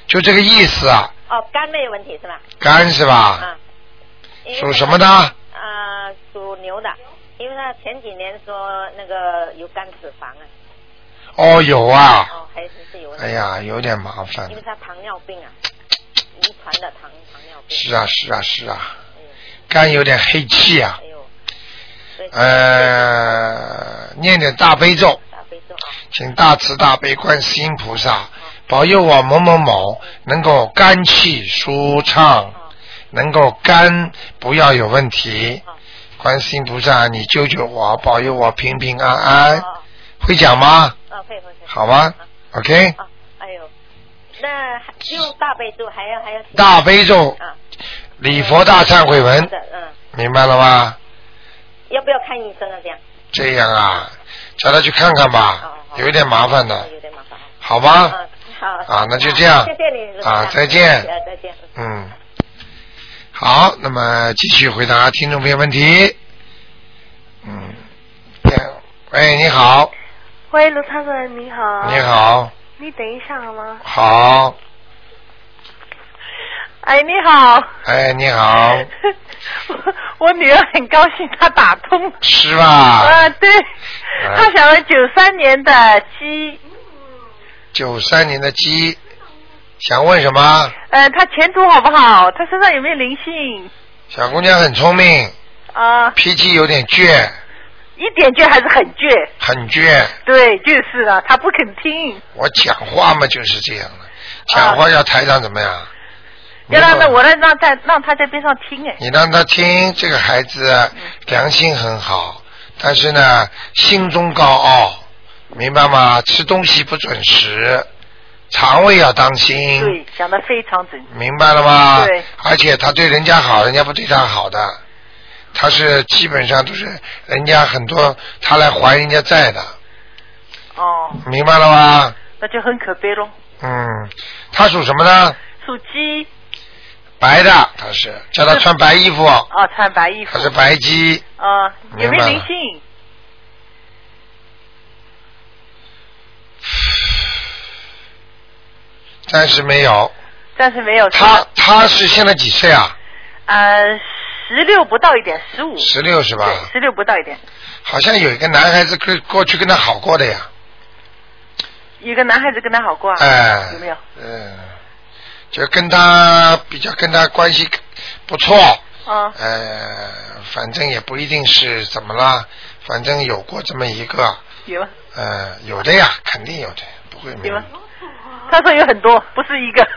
[SPEAKER 1] 就这个意思啊，
[SPEAKER 4] 哦，肝没有问题是吧？
[SPEAKER 1] 肝是吧？
[SPEAKER 4] 啊。因为
[SPEAKER 1] 属什么的？
[SPEAKER 4] 啊、属牛的，因为他前几年说那个有肝脂肪啊，
[SPEAKER 1] 哦，有啊。
[SPEAKER 4] 哦，还是是有问题。
[SPEAKER 1] 哎，呀，有点麻烦
[SPEAKER 4] 因。为他糖尿病啊，遗传的糖糖尿病。嗯
[SPEAKER 1] 是啊，是啊，是啊，肝有点黑气啊
[SPEAKER 4] 哎。呦，所以
[SPEAKER 1] 呃，念点大悲咒，
[SPEAKER 4] 大悲咒啊，啊
[SPEAKER 1] 请大慈大悲观世音菩萨保佑我某某某能够肝气舒
[SPEAKER 4] 啊
[SPEAKER 1] 畅，能够肝不要有问题。
[SPEAKER 4] 啊
[SPEAKER 1] 观世音菩萨，你救救我，保佑我平平安安。会讲吗？
[SPEAKER 4] 啊，可以可以。可以
[SPEAKER 1] 好吗？OK，
[SPEAKER 4] 啊，哎呦，那还就大悲咒还要还要。
[SPEAKER 1] 大悲咒
[SPEAKER 4] 啊，
[SPEAKER 1] 礼佛大忏悔
[SPEAKER 4] 好
[SPEAKER 1] 文
[SPEAKER 4] 的，，嗯，
[SPEAKER 1] 明白了吗？
[SPEAKER 4] 要不要看医生啊？这样
[SPEAKER 1] 这样啊，叫他去看看吧，有一点麻烦的，
[SPEAKER 4] 有点麻烦。
[SPEAKER 1] 好吗？
[SPEAKER 4] 嗯，好。
[SPEAKER 1] 啊那就这样
[SPEAKER 4] 谢谢你，卢台
[SPEAKER 1] 啊
[SPEAKER 4] 长
[SPEAKER 1] 再见
[SPEAKER 4] 呃再见。
[SPEAKER 1] 嗯，好，那么继续回答听众朋友问题。嗯，喂，你好，
[SPEAKER 7] 喂，卢太太，你好。
[SPEAKER 1] 你。好，
[SPEAKER 7] 你等一下好吗？
[SPEAKER 1] 好，
[SPEAKER 7] 哎，你好，
[SPEAKER 1] 哎，你
[SPEAKER 4] *laughs*
[SPEAKER 1] 好，
[SPEAKER 7] 我女儿很高兴，她打通了。
[SPEAKER 1] 是吧？嗯
[SPEAKER 7] 啊，对，
[SPEAKER 1] 哎
[SPEAKER 7] 她想了九三年的鸡，
[SPEAKER 1] 九三年的鸡，想问什么？
[SPEAKER 7] 呃，她前途好不好？她身上有没有灵性？
[SPEAKER 1] 小姑娘很聪明，
[SPEAKER 7] 啊、
[SPEAKER 1] 脾气有点倔，
[SPEAKER 7] 一点倔还是很倔？
[SPEAKER 1] 很倔。
[SPEAKER 7] 对，就是啊，她不肯听，
[SPEAKER 1] 我讲话嘛就是这样的，讲话要台上怎么样？
[SPEAKER 7] 啊要让她，
[SPEAKER 1] 如果
[SPEAKER 7] 我让让在让她在边上听哎。
[SPEAKER 1] 你让他听，这个孩子啊良心很好，但是呢，心中高傲，明白吗？吃东西不准时，肠胃要当心，
[SPEAKER 7] 对，讲的非常准。
[SPEAKER 1] 明白了吗？
[SPEAKER 7] 对。
[SPEAKER 1] 而且他对人家好，人家不对他好的，他是基本上都是人家很多他来还人家债的，
[SPEAKER 7] 哦，
[SPEAKER 1] 明白了吗？
[SPEAKER 7] 那就很可悲喽。
[SPEAKER 1] 嗯，他属什么呢？
[SPEAKER 7] 属鸡
[SPEAKER 1] 白的，他是叫他穿白衣服，
[SPEAKER 7] 啊，穿白衣服
[SPEAKER 1] 他。是白鸡，
[SPEAKER 7] 啊、有没
[SPEAKER 1] 明
[SPEAKER 7] 有
[SPEAKER 1] 白
[SPEAKER 7] 灵
[SPEAKER 1] 了
[SPEAKER 7] 性？
[SPEAKER 1] 暂时没有。
[SPEAKER 7] 暂时没有。是
[SPEAKER 1] 他
[SPEAKER 7] 吧
[SPEAKER 1] 他是现在几岁啊？
[SPEAKER 7] 呃，十六不到一点，十五。
[SPEAKER 1] 十六是吧？
[SPEAKER 7] 对，十六不到一点。
[SPEAKER 1] 好像有一个男孩子跟过去跟他好过的呀，
[SPEAKER 7] 有个男孩子跟他好过啊？
[SPEAKER 1] 哎，
[SPEAKER 7] 有没有？？
[SPEAKER 1] 嗯，就跟他比较跟他关系不错，
[SPEAKER 7] 啊、
[SPEAKER 1] 呃，反正也不一定是怎么了，反正有过这么一个，
[SPEAKER 7] 有啊
[SPEAKER 1] 呃，有的呀，肯定有的，不会没
[SPEAKER 7] 有
[SPEAKER 1] 有。
[SPEAKER 7] 啊。他说有很多，不是
[SPEAKER 1] *laughs*
[SPEAKER 7] 一个。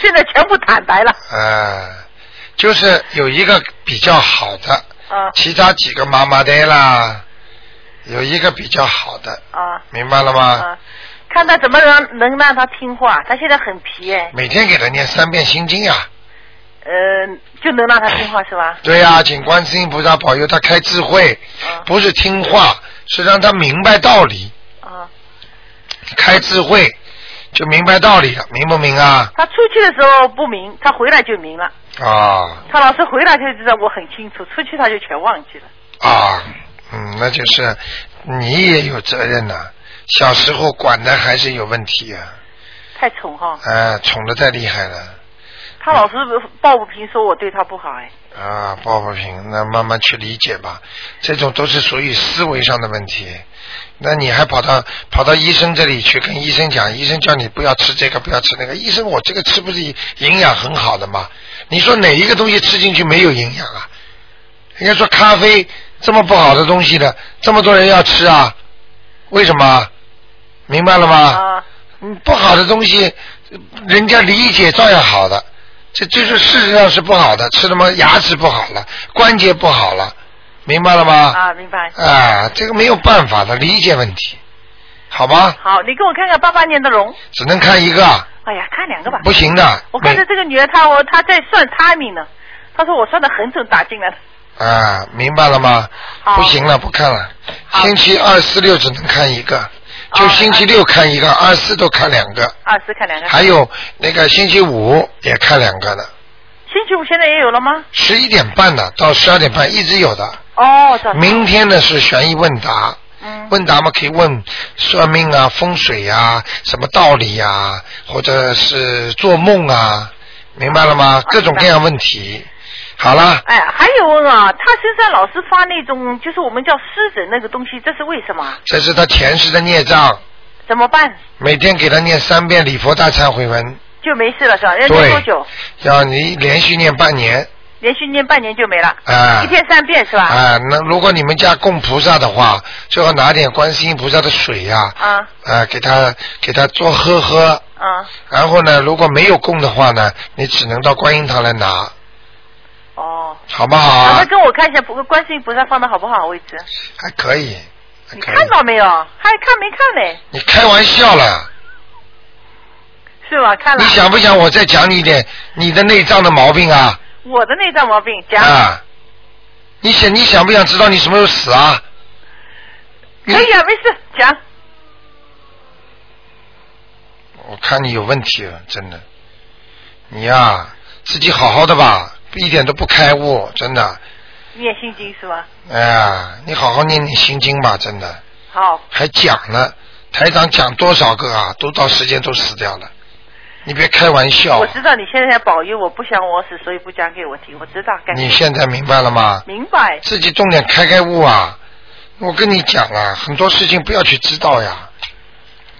[SPEAKER 7] 现在全部坦白了。
[SPEAKER 1] 呃，就是有一个比较好的，
[SPEAKER 7] 啊
[SPEAKER 1] 其他几个麻麻的啦，有一个比较好的，
[SPEAKER 7] 啊
[SPEAKER 1] 明白了吗？
[SPEAKER 7] 啊！看他怎么能能让他听话，他现在很皮哎，
[SPEAKER 1] 每天给他念三遍心经呀、啊
[SPEAKER 7] 呃，就能让他听话是吧？
[SPEAKER 1] 对呀、请观世音菩萨保佑他开智慧，不是听话，是让他明白道理，
[SPEAKER 7] 啊
[SPEAKER 1] 开智慧。就明白道理了，明不明啊？
[SPEAKER 7] 他出去的时候不明，他回来就明了。
[SPEAKER 1] 啊
[SPEAKER 7] 他老是回来就知道我很清楚，出去他就全忘记了。
[SPEAKER 1] 啊，嗯，那就是你也有责任呐、小时候管的还是有问题啊，
[SPEAKER 7] 太宠哈，
[SPEAKER 1] 啊，宠的太厉害了
[SPEAKER 7] 他老是抱不平，说我对他不好哎。
[SPEAKER 1] 啊，抱不平，那慢慢去理解吧。这种都是属于思维上的问题。那你还跑到跑到医生这里去跟医生讲，医生叫你不要吃这个，不要吃那个。医生，我这个吃不是营养很好的吗？你说哪一个东西吃进去没有营养啊？人家说咖啡这么不好的东西的，这么多人要吃啊？为什么？明白了吗？
[SPEAKER 7] 啊，
[SPEAKER 1] 嗯，不好的东西，人家理解照样好的，这这是事实上是不好的，吃他妈牙齿不好了，关节不好了，明白了吗？
[SPEAKER 7] 啊，明白。
[SPEAKER 1] 啊，这个没有办法的理解问题，好吧？
[SPEAKER 7] 好，你给我看看八八年的龙。
[SPEAKER 1] 只能看一个，
[SPEAKER 7] 哎呀，看两个吧。
[SPEAKER 1] 不行的。
[SPEAKER 7] 我看着这个女儿，她我她在算 timing 呢，她说我算的很准，打进来的。
[SPEAKER 1] 啊，明白了吗？
[SPEAKER 7] 好
[SPEAKER 1] 不行了，不看了。
[SPEAKER 7] 好
[SPEAKER 1] 星期二、四、六只能看一个，就星期六看一个，二四都看两个，
[SPEAKER 7] 二十看两个。
[SPEAKER 1] 还有那个星期五也看两个呢。
[SPEAKER 7] 星期五现在也有了吗？
[SPEAKER 1] 十一点半的到十二点半一直有的。
[SPEAKER 7] 哦，早上。
[SPEAKER 1] 明天呢是悬疑问答，
[SPEAKER 7] 嗯。
[SPEAKER 1] 问答嘛可以问算命啊、风水啊、什么道理啊，或者是做梦啊，明白了
[SPEAKER 7] 哦
[SPEAKER 1] 吗？各种各样问题。好啦，
[SPEAKER 7] 哎，还有啊，她身上老是发那种，就是我们叫湿疹那个东西，这是为什么啊？
[SPEAKER 1] 这是他前世的孽障，
[SPEAKER 7] 怎么办？
[SPEAKER 1] 每天给他念三遍礼佛大忏悔文，
[SPEAKER 7] 就没事了是吧？要念
[SPEAKER 1] 对
[SPEAKER 7] 多久？
[SPEAKER 1] 要你连续念半年
[SPEAKER 7] 连续念半年就没了，
[SPEAKER 1] 啊
[SPEAKER 7] 一。天三遍是吧？
[SPEAKER 1] 啊，那如果你们家供菩萨的话，最好拿点观世音菩萨的水呀、啊，
[SPEAKER 7] 啊
[SPEAKER 1] 给他给他做喝喝，
[SPEAKER 7] 啊
[SPEAKER 1] 然后呢，如果没有供的话呢，你只能到观音堂来拿，
[SPEAKER 7] 哦。
[SPEAKER 1] 好不好
[SPEAKER 7] 啊，
[SPEAKER 1] 啊
[SPEAKER 7] 那？跟我看一下，不过观世音菩萨放的好不好位置？
[SPEAKER 1] 还可以，还
[SPEAKER 7] 你
[SPEAKER 1] 可
[SPEAKER 7] 看
[SPEAKER 1] 以。
[SPEAKER 7] 到没有？还看没看嘞？
[SPEAKER 1] 你开玩笑了？
[SPEAKER 7] 是吧？看了
[SPEAKER 1] 你。想不想我再讲你一点你的内脏的毛病啊？
[SPEAKER 7] 我的内脏毛病，讲、
[SPEAKER 1] 啊！你想你想不想知道你什么时候死啊？你
[SPEAKER 7] 可以啊，没事，讲。
[SPEAKER 1] 我看你有问题了，真的。你呀、自己好好的吧，一点都不开悟，真的。
[SPEAKER 7] 念心经是吧？
[SPEAKER 1] 哎呀，你好好念念心经吧，真的。
[SPEAKER 7] 好，
[SPEAKER 1] 还讲呢，台长讲多少个啊？都到时间都死掉了，你别开玩笑
[SPEAKER 7] 我
[SPEAKER 1] 啊。
[SPEAKER 7] 知道你现在保佑我不想我死，所以不讲给我听。我知道该
[SPEAKER 1] 你现在明白了吗？
[SPEAKER 7] 明白。
[SPEAKER 1] 自己重点开开悟啊！我跟你讲啊，很多事情不要去知道呀。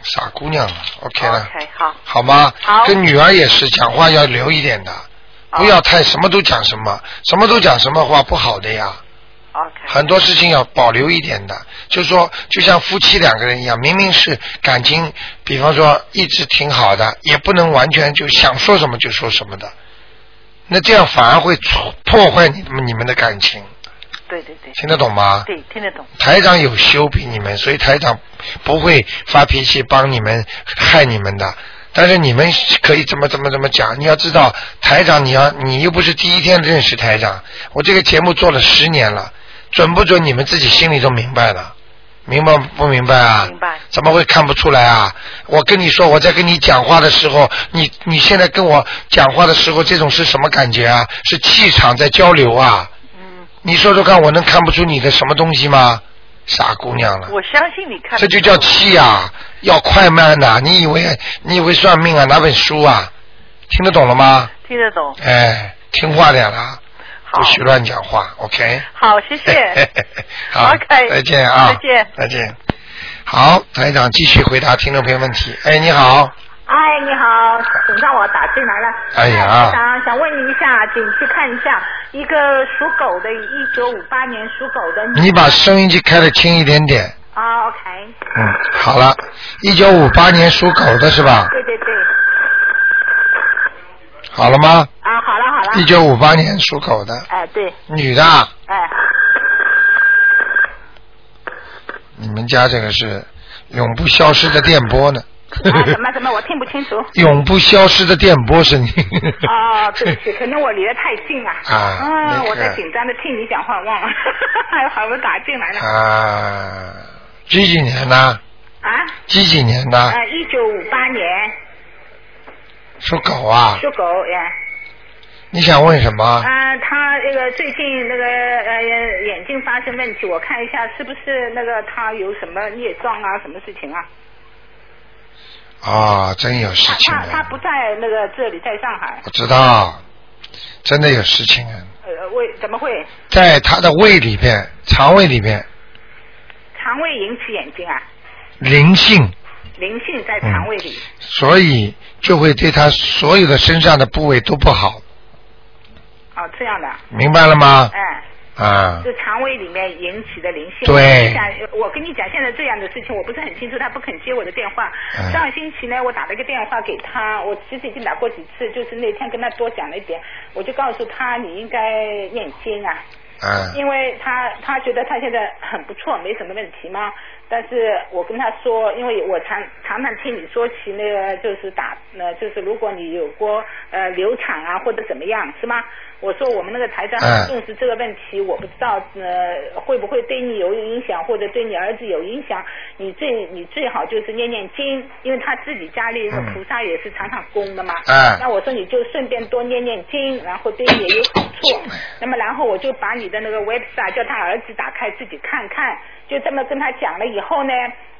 [SPEAKER 1] 傻姑娘了，OK 了
[SPEAKER 8] 哎
[SPEAKER 7] OK，好，
[SPEAKER 1] 好吗？
[SPEAKER 7] 好
[SPEAKER 1] 跟女儿也是，讲话要留一点的，不要太什么都讲什么，什么都讲什么话不好的呀。
[SPEAKER 7] OK，
[SPEAKER 1] 很多事情要保留一点的，就说就像夫妻两个人一样，明明是感情，比方说一直挺好的，也不能完全就想说什么就说什么的，那这样反而会挫破坏你们你们的感情，
[SPEAKER 7] 对对对，
[SPEAKER 1] 听得懂吗？
[SPEAKER 7] 对哎听得懂。
[SPEAKER 1] 台长有修比你们，所以台长不会发脾气帮你们害你们的。但是你们可以怎么怎么怎么讲？你要知道，台长，你要你又不是第一天认识台长，我这个节目做了十年了，准不准你们自己心里都明白了，明白不明白啊？
[SPEAKER 7] 明白
[SPEAKER 1] 怎么会看不出来啊？我跟你说，我在跟你讲话的时候，你你现在跟我讲话的时候，这种是什么感觉啊？是气场在交流啊？
[SPEAKER 7] 嗯，
[SPEAKER 1] 你说说看，我能看不出你的什么东西吗？傻姑娘了，
[SPEAKER 7] 我相信你看。
[SPEAKER 1] 这就叫气啊！要快慢呐、你以为你以为算命啊？拿本书啊？听得懂了吗？
[SPEAKER 7] 听得懂。
[SPEAKER 1] 哎，听话点啦，
[SPEAKER 7] 好
[SPEAKER 1] 不，许乱讲话，OK？
[SPEAKER 7] 好，谢谢。
[SPEAKER 1] *laughs* 好
[SPEAKER 7] OK，
[SPEAKER 1] 再见啊！
[SPEAKER 7] 再见，
[SPEAKER 1] 再见。好，台长继续回答听众朋友问题。哎，你好，
[SPEAKER 9] 哎，你好，你让我打进来了。
[SPEAKER 1] 哎呀
[SPEAKER 9] 台长，想问你一下，请去看一下一个属狗的，一九五八年属狗的女
[SPEAKER 1] 你把收音机开的轻一点点。
[SPEAKER 9] 啊、o k
[SPEAKER 1] 嗯，好了，一九五八年属狗的是吧？
[SPEAKER 9] 对对对，
[SPEAKER 1] 好了吗？
[SPEAKER 9] 啊，好了好
[SPEAKER 1] 一
[SPEAKER 9] 了，
[SPEAKER 1] 九五八年属狗的，
[SPEAKER 9] 哎对，
[SPEAKER 1] 女的啊。
[SPEAKER 9] 哎，
[SPEAKER 1] 你们家这个是永不消失的电波呢。
[SPEAKER 9] 啊什么什么，我听不清楚。
[SPEAKER 1] *laughs* 永不消失的电波声音。
[SPEAKER 9] 哦，对
[SPEAKER 1] *laughs*
[SPEAKER 9] 不起，可能我离得太近了。
[SPEAKER 1] 啊没
[SPEAKER 9] 嗯，
[SPEAKER 1] 事
[SPEAKER 9] 我在紧张的听你讲话，忘了， *laughs* 好不容易打进来了。
[SPEAKER 1] 啊，几几年的？
[SPEAKER 9] 啊，
[SPEAKER 1] 几几年的？
[SPEAKER 9] 哎呃，一九五八年
[SPEAKER 1] 属狗啊？
[SPEAKER 9] 属狗呀。
[SPEAKER 1] 你想问什么？
[SPEAKER 9] 啊，他那个最近那个呃眼睛发生问题，我看一下是不是那个他有什么孽障啊，什么事情啊？
[SPEAKER 1] 啊，真有事
[SPEAKER 9] 他
[SPEAKER 1] 情
[SPEAKER 9] 他他
[SPEAKER 1] 啊！
[SPEAKER 9] 不在那个这里，在上海。
[SPEAKER 1] 我知道，真的有事情啊，
[SPEAKER 9] 呃，胃怎么会？
[SPEAKER 1] 在他的胃里边、肠胃里边，
[SPEAKER 9] 肠胃引起眼睛啊？
[SPEAKER 1] 灵性，
[SPEAKER 9] 灵性在肠胃里。
[SPEAKER 1] 所以就会对他所有的身上的部位都不好，
[SPEAKER 9] 哦，这样的。
[SPEAKER 1] 明白了吗？
[SPEAKER 9] 哎、
[SPEAKER 1] 啊，
[SPEAKER 9] 就肠胃里面引起的灵性。
[SPEAKER 1] 对
[SPEAKER 9] 我跟你讲，我跟你讲，现在这样的事情我不是很清楚，他不肯接我的电话。
[SPEAKER 1] 嗯
[SPEAKER 9] 上星期呢，我打了一个电话给他，我其实已经打过几次，就是那天跟他多讲了一点，我就告诉他你应该念经啊，
[SPEAKER 1] 嗯，
[SPEAKER 9] 因为他他觉得他现在很不错，没什么问题嘛。但是我跟他说，因为我常常常听你说起那个，就是打呃，就是如果你有过呃流产啊或者怎么样是吗？我说我们那个台长
[SPEAKER 1] 嗯
[SPEAKER 9] 很重视这个问题，我不知道呃会不会对你有影响，或者对你儿子有影响。你最你最好就是念念经，因为他自己家里那个
[SPEAKER 1] 嗯
[SPEAKER 9] 菩萨也是常常供的嘛。
[SPEAKER 1] 嗯
[SPEAKER 9] 那我说你就顺便多念念经，然后对你也有好处。那么然后我就把你的那个 website 叫他儿子打开自己看看，就这么跟他讲了以后呢，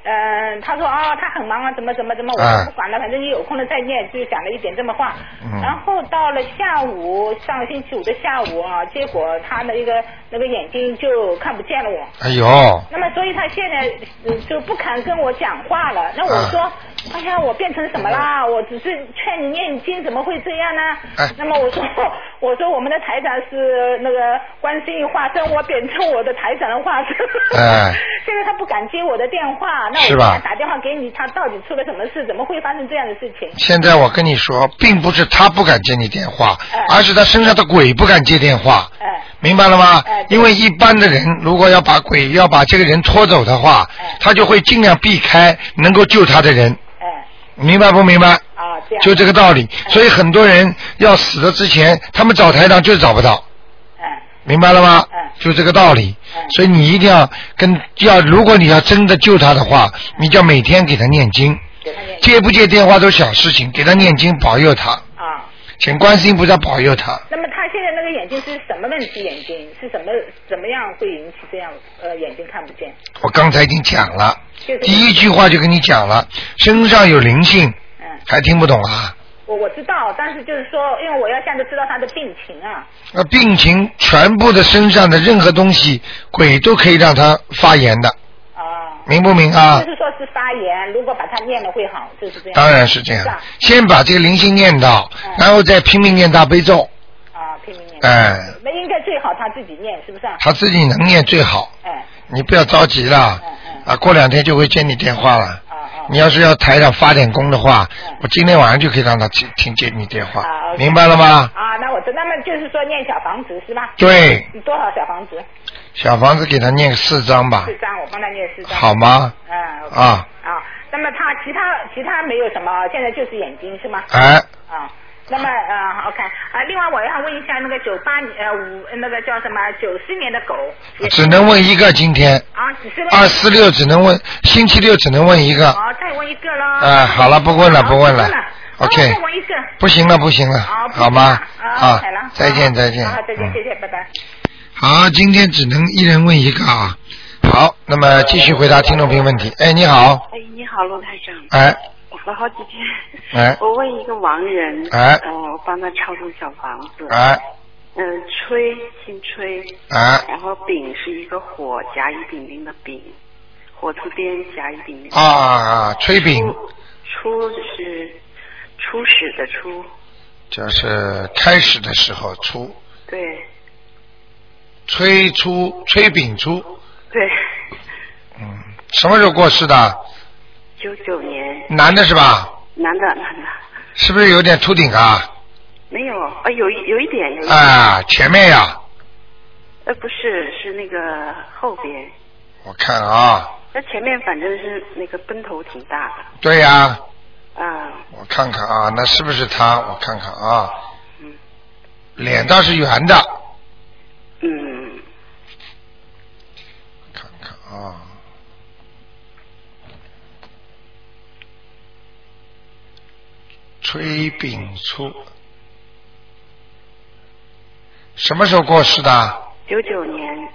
[SPEAKER 9] 嗯、他说哦他很忙啊，怎么怎么怎么，我
[SPEAKER 1] 啊
[SPEAKER 9] 说不管了，反正你有空了再念，就讲了一点这么话。
[SPEAKER 1] 嗯
[SPEAKER 9] 然后到了下午，上个星期五的下午啊，结果他的一个那个眼睛就看不见了我。
[SPEAKER 1] 哎呦，
[SPEAKER 9] 那么，所以他现在嗯就不肯跟我讲话了。那我说， *laughs* 哎呀，我变成什么啦？我只是劝你念经，怎么会这样呢？
[SPEAKER 1] 哎
[SPEAKER 9] 那么我说， *laughs* 我说我们的台长是那个观世音化身，我变成我的台长的化 *laughs* 身。
[SPEAKER 1] 哎
[SPEAKER 9] 现在他不敢接我的电话，那我
[SPEAKER 1] 是
[SPEAKER 9] 给
[SPEAKER 1] 吧
[SPEAKER 9] 他打电话给你，他到底出了什么事？怎么会发生这样的事情？
[SPEAKER 1] 现在我跟你说，并不是他不敢接你电话
[SPEAKER 9] 哎，
[SPEAKER 1] 而是他身上的鬼不敢接电话。
[SPEAKER 9] 哎
[SPEAKER 1] 明白了吗
[SPEAKER 9] 哎？对
[SPEAKER 1] 因为一般的人，如果要把鬼要把这个人拖走的话
[SPEAKER 9] 哎，
[SPEAKER 1] 他就会尽量避开能够救他的人，
[SPEAKER 9] 哎，
[SPEAKER 1] 明白不明白？
[SPEAKER 9] 啊，这样。哎
[SPEAKER 1] 就这个道理。所以很多人要死了之前，他们找台长就是找不到，
[SPEAKER 9] 哎
[SPEAKER 1] 明白了吗
[SPEAKER 9] 哎？
[SPEAKER 1] 就这个道理
[SPEAKER 9] 哎。
[SPEAKER 1] 所以你一定要跟要，如果你要真的救他的话，你就要每天给他念经，
[SPEAKER 9] 给他念
[SPEAKER 1] 接不接电话都小事情，给他念经保佑他，
[SPEAKER 9] 啊。
[SPEAKER 1] 请观世音菩萨保佑他。
[SPEAKER 9] 那么他现在那个眼睛是什么问题？眼睛是什么？怎么样会引起这样？呃，眼睛看不见。
[SPEAKER 1] 我刚才已经讲了，
[SPEAKER 9] 就是
[SPEAKER 1] 第一句话就跟你讲了，身上有灵性，
[SPEAKER 9] 嗯，
[SPEAKER 1] 还听不懂啊？
[SPEAKER 9] 我我知道，但是就是说，因为我要现在知道他的病情啊。
[SPEAKER 1] 那病情全部的身上的任何东西，鬼都可以让他发炎的，
[SPEAKER 9] 啊。
[SPEAKER 1] 明不明啊？
[SPEAKER 9] 就是说是发炎，如果把它念了会好，就是这样。
[SPEAKER 1] 当然是这样
[SPEAKER 9] 是吧，
[SPEAKER 1] 先把这个灵性念到，
[SPEAKER 9] 嗯
[SPEAKER 1] 然后再拼命念大悲咒，
[SPEAKER 9] 啊，拼命念。
[SPEAKER 1] 哎，
[SPEAKER 9] 那应该最好他自己念，是不是啊？
[SPEAKER 1] 他自己能念最好，
[SPEAKER 9] 哎，
[SPEAKER 1] 你不要着急啦
[SPEAKER 9] 嗯，嗯
[SPEAKER 1] 啊，过两天就会接你电话了。
[SPEAKER 9] 啊啊。
[SPEAKER 1] 你要是要台上发点功的话
[SPEAKER 9] 嗯，啊
[SPEAKER 1] 我今天晚上就可以让他听听接你电话
[SPEAKER 9] 好，，OK
[SPEAKER 1] 明白了吗？
[SPEAKER 9] 啊，那我知道，那么就是说念小房子是吧？
[SPEAKER 1] 对，
[SPEAKER 9] 多少小房子？
[SPEAKER 1] 小房子给他念个四张吧
[SPEAKER 9] 四，张，我帮他念四张。
[SPEAKER 1] 好。吗？
[SPEAKER 9] 嗯。OK
[SPEAKER 1] 啊，
[SPEAKER 9] 啊，那么他其他其他没有什么，现在就是眼睛是吗？
[SPEAKER 1] 哎，
[SPEAKER 9] 啊，那么呃，OK 啊，另外我要问一下那个九八年呃五那个叫什么九四年的狗，也
[SPEAKER 1] 只能问一个，今天
[SPEAKER 9] 啊只是问
[SPEAKER 1] 哎二四六只能问，星期六只能问一个，
[SPEAKER 9] 好，哦再问一个喽。
[SPEAKER 1] 哎，好了，不问了，
[SPEAKER 9] 好
[SPEAKER 1] 不问了
[SPEAKER 9] 了
[SPEAKER 1] ，OK。
[SPEAKER 9] 好再问一个。
[SPEAKER 1] 不行了，不行了，
[SPEAKER 9] 好，不
[SPEAKER 1] 好吗？
[SPEAKER 9] 行了啊，好了
[SPEAKER 1] 再见，再见。
[SPEAKER 9] 好，再见，
[SPEAKER 1] 嗯
[SPEAKER 9] 谢谢，拜拜。
[SPEAKER 1] 好，今天只能一人问一个啊。好，那么呃继续回答听众朋友问题。哎，你好，
[SPEAKER 8] 哎，你好，罗台长，
[SPEAKER 1] 哎
[SPEAKER 8] 我了好几天。
[SPEAKER 1] 哎
[SPEAKER 8] 我问一个亡人，
[SPEAKER 1] 哎
[SPEAKER 8] 呃，我帮他抄送小房子，
[SPEAKER 1] 哎
[SPEAKER 8] 嗯、崔姓崔，
[SPEAKER 1] 哎，
[SPEAKER 8] 然后丙是一个火甲乙丙丁的丙，火字边甲乙丙丁。
[SPEAKER 1] 啊啊，啊崔炳
[SPEAKER 8] 初初是初始的初，
[SPEAKER 1] 就是开始的时候出，
[SPEAKER 8] 对
[SPEAKER 1] 崔出崔炳出，
[SPEAKER 8] 对，
[SPEAKER 1] 嗯，什么时候过世的？
[SPEAKER 8] 九九年，
[SPEAKER 1] 男的是吧？
[SPEAKER 8] 男的男的，
[SPEAKER 1] 是不是有点秃顶啊？
[SPEAKER 8] 没有啊、有一有一点有一点，
[SPEAKER 1] 啊，前面呀、
[SPEAKER 8] 呃，不是是那个后边，
[SPEAKER 1] 我看啊，
[SPEAKER 8] 那前面反正是那个奔头挺大的。
[SPEAKER 1] 对呀、
[SPEAKER 8] 啊，
[SPEAKER 1] 我看看啊，那是不是他？我看看啊
[SPEAKER 8] 嗯，
[SPEAKER 1] 脸倒是圆的，
[SPEAKER 8] 嗯，
[SPEAKER 1] 看看啊。崔炳初，什么时候过世的？
[SPEAKER 8] 九九年，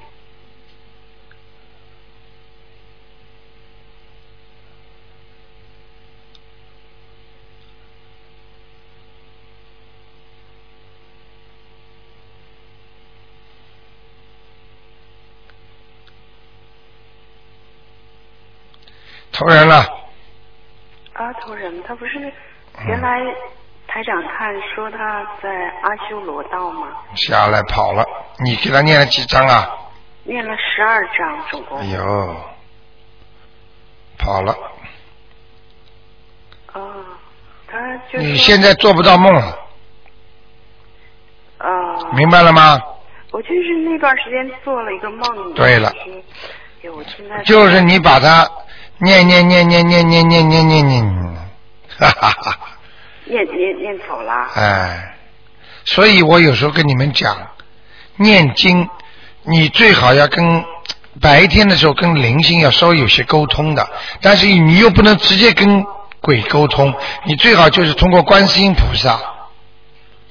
[SPEAKER 1] 投人了，
[SPEAKER 8] 阿头人他不是
[SPEAKER 1] 嗯
[SPEAKER 8] 原来台长看说他在阿修罗道吗？
[SPEAKER 1] 下来跑了。你给他念了几张啊？
[SPEAKER 8] 念了十二章总共
[SPEAKER 1] 哎。呦，跑了。
[SPEAKER 8] 哦，他就是
[SPEAKER 1] 你现在做不到梦了，
[SPEAKER 8] 啊，
[SPEAKER 1] 明白了吗？
[SPEAKER 8] 我就是那段时间做了一个梦。
[SPEAKER 1] 对了
[SPEAKER 8] 就是。哎我现在
[SPEAKER 1] 就是你把它念念念念念念念念念念， *laughs* 哈哈哈哈。
[SPEAKER 8] 念念念走了。
[SPEAKER 1] 哎，所以我有时候跟你们讲，念经，你最好要跟白天的时候跟灵性要稍微有些沟通的，但是你又不能直接跟鬼沟通，你最好就是通过观世音菩萨。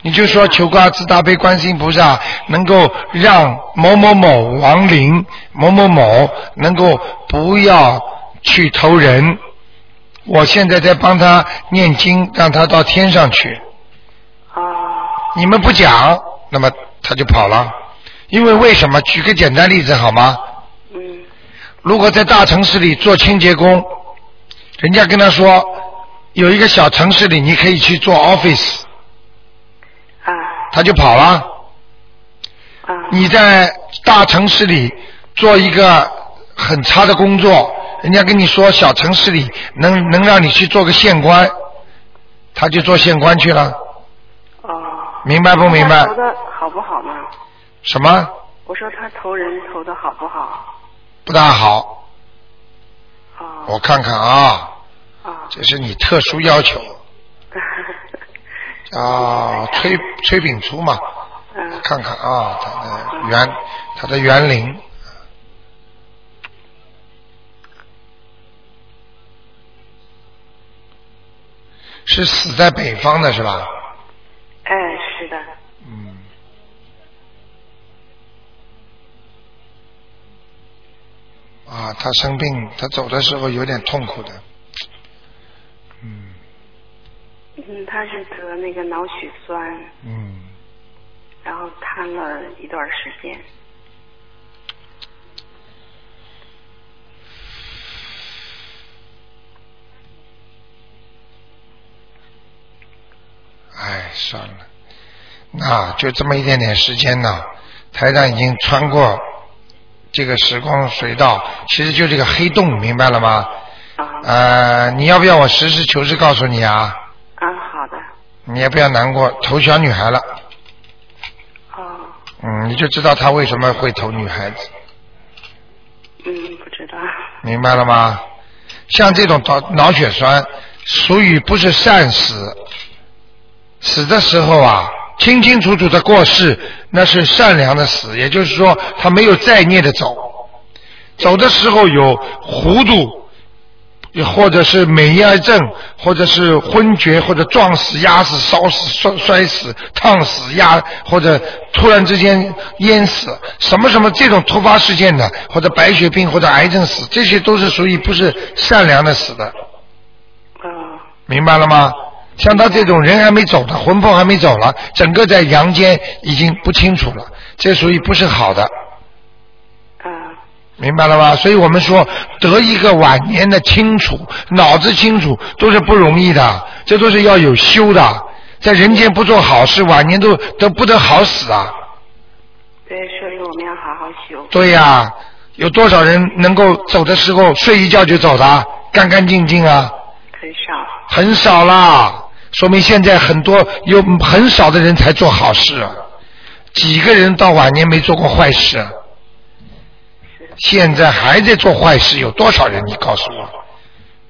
[SPEAKER 1] 你就说求观自大悲观世音菩萨能够让某某某亡灵某某某能够不要去投人，我现在在帮他念经，让他到天上去。你们不讲，那么他就跑了。因为为什么？举个简单例子好吗？如果在大城市里做清洁工，人家跟他说有一个小城市里你可以去做 office，他就跑了。你在大城市里做一个很差的工作，人家跟你说小城市里能能让你去做个县官，他就做县官去了。明白不明
[SPEAKER 8] 他
[SPEAKER 1] 白
[SPEAKER 8] 投？的好不好呢？
[SPEAKER 1] 什么
[SPEAKER 8] 我说他投人投的好不好？
[SPEAKER 1] 不大好？我看看啊，这是你特殊要求啊，崔崔炳初嘛，我看看啊，他的园他的园林，是死在北方的是吧？
[SPEAKER 8] 哎，是的。
[SPEAKER 1] 嗯。啊，他生病，他走的时候有点痛苦的。嗯
[SPEAKER 8] 嗯，他是得那个脑血栓，
[SPEAKER 1] 嗯，
[SPEAKER 8] 然后瘫了一段时间。
[SPEAKER 1] 哎，算了，那就这么一点点时间呢。台长已经穿过这个时光隧道，其实就这个黑洞，明白了吗？呃，你要不要我实事求是告诉你啊？
[SPEAKER 8] 啊，好的。
[SPEAKER 1] 你也不要难过，投小女孩了。嗯，你就知道他为什么会投女孩子，
[SPEAKER 8] 嗯，不知道。
[SPEAKER 1] 明白了吗？像这种脑脑血栓，属于不是善死，死的时候啊，清清楚楚的过世，那是善良的死，也就是说他没有再孽的走，走的时候有糊涂，或者是美亚症，或者是昏厥，或者撞死、压死、烧死、摔摔死、烫死、压，或者突然之间淹死，什么什么这种突发事件的，或者白血病或者癌症死，这些都是属于不是善良的死的。明白了吗？像他这种人还没走呢，魂魄还没走了，整个在阳间已经不清楚了，这属于不是好的。明白了吧？所以我们说得一个晚年的清楚，脑子清楚都是不容易的，这都是要有修的。在人间不做好事，晚年都得不得好死啊！
[SPEAKER 8] 对，所以我们要好好修。
[SPEAKER 1] 对呀、有多少人能够走的时候睡一觉就走的啊，干干净净啊？
[SPEAKER 8] 很少。
[SPEAKER 1] 很少啦，说明现在很多有很少的人才做好事，几个人到晚年没做过坏事，现在还在做坏事，有多少人？你告诉我，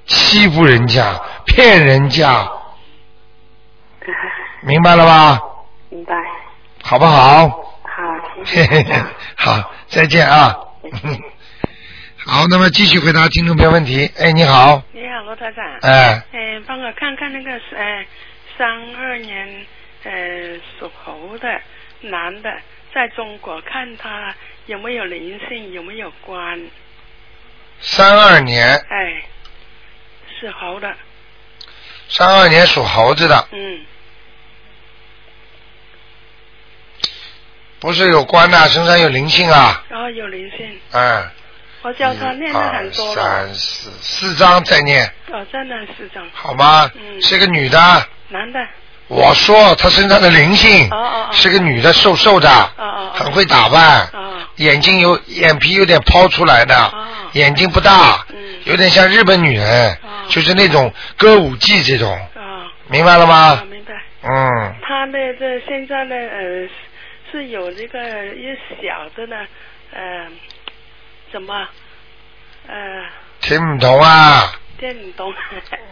[SPEAKER 1] 欺负人家，骗
[SPEAKER 8] *laughs*
[SPEAKER 1] 人家，明白了吧？
[SPEAKER 8] 明白。
[SPEAKER 1] 好不好？
[SPEAKER 8] 好，谢谢
[SPEAKER 1] 嘿嘿嘿。， *laughs* 好，再见啊！ *laughs* 好，那么继续回答听哎众朋友问题。哎，你好，
[SPEAKER 10] 你好，罗台长。
[SPEAKER 1] 哎
[SPEAKER 10] 哎，帮我看看那个，哎，三二年呃属猴的男的，在中国看他有没有灵性，有没有关。
[SPEAKER 1] 三二年，
[SPEAKER 10] 哎，是猴的，
[SPEAKER 1] 三二年属猴子的，
[SPEAKER 10] 嗯，
[SPEAKER 1] 不是有关呐、身上有灵性啊，
[SPEAKER 10] 然后有灵性，
[SPEAKER 1] 嗯，
[SPEAKER 10] 我叫他念了很
[SPEAKER 1] 二
[SPEAKER 10] 多了，
[SPEAKER 1] 三四四张在念，
[SPEAKER 10] 哦，真的是这样，
[SPEAKER 1] 好吗？
[SPEAKER 10] 嗯
[SPEAKER 1] 是个女的，
[SPEAKER 10] 男的，
[SPEAKER 1] 我说她身上的灵
[SPEAKER 10] 哦
[SPEAKER 1] 性，是个女的，瘦瘦的，很会打扮，
[SPEAKER 10] 哦
[SPEAKER 1] 眼睛有眼皮有点抛出来的，眼睛不大，
[SPEAKER 10] 嗯
[SPEAKER 1] 有点像日本女人，
[SPEAKER 10] 哦
[SPEAKER 1] 就是那种歌舞伎这种，明白了吗？
[SPEAKER 10] 哦明白。
[SPEAKER 1] 嗯，
[SPEAKER 10] 他呢，这现在呢，呃，是有这个一小的呢，呃，怎么，呃，
[SPEAKER 1] 听不懂啊？
[SPEAKER 10] 这你懂？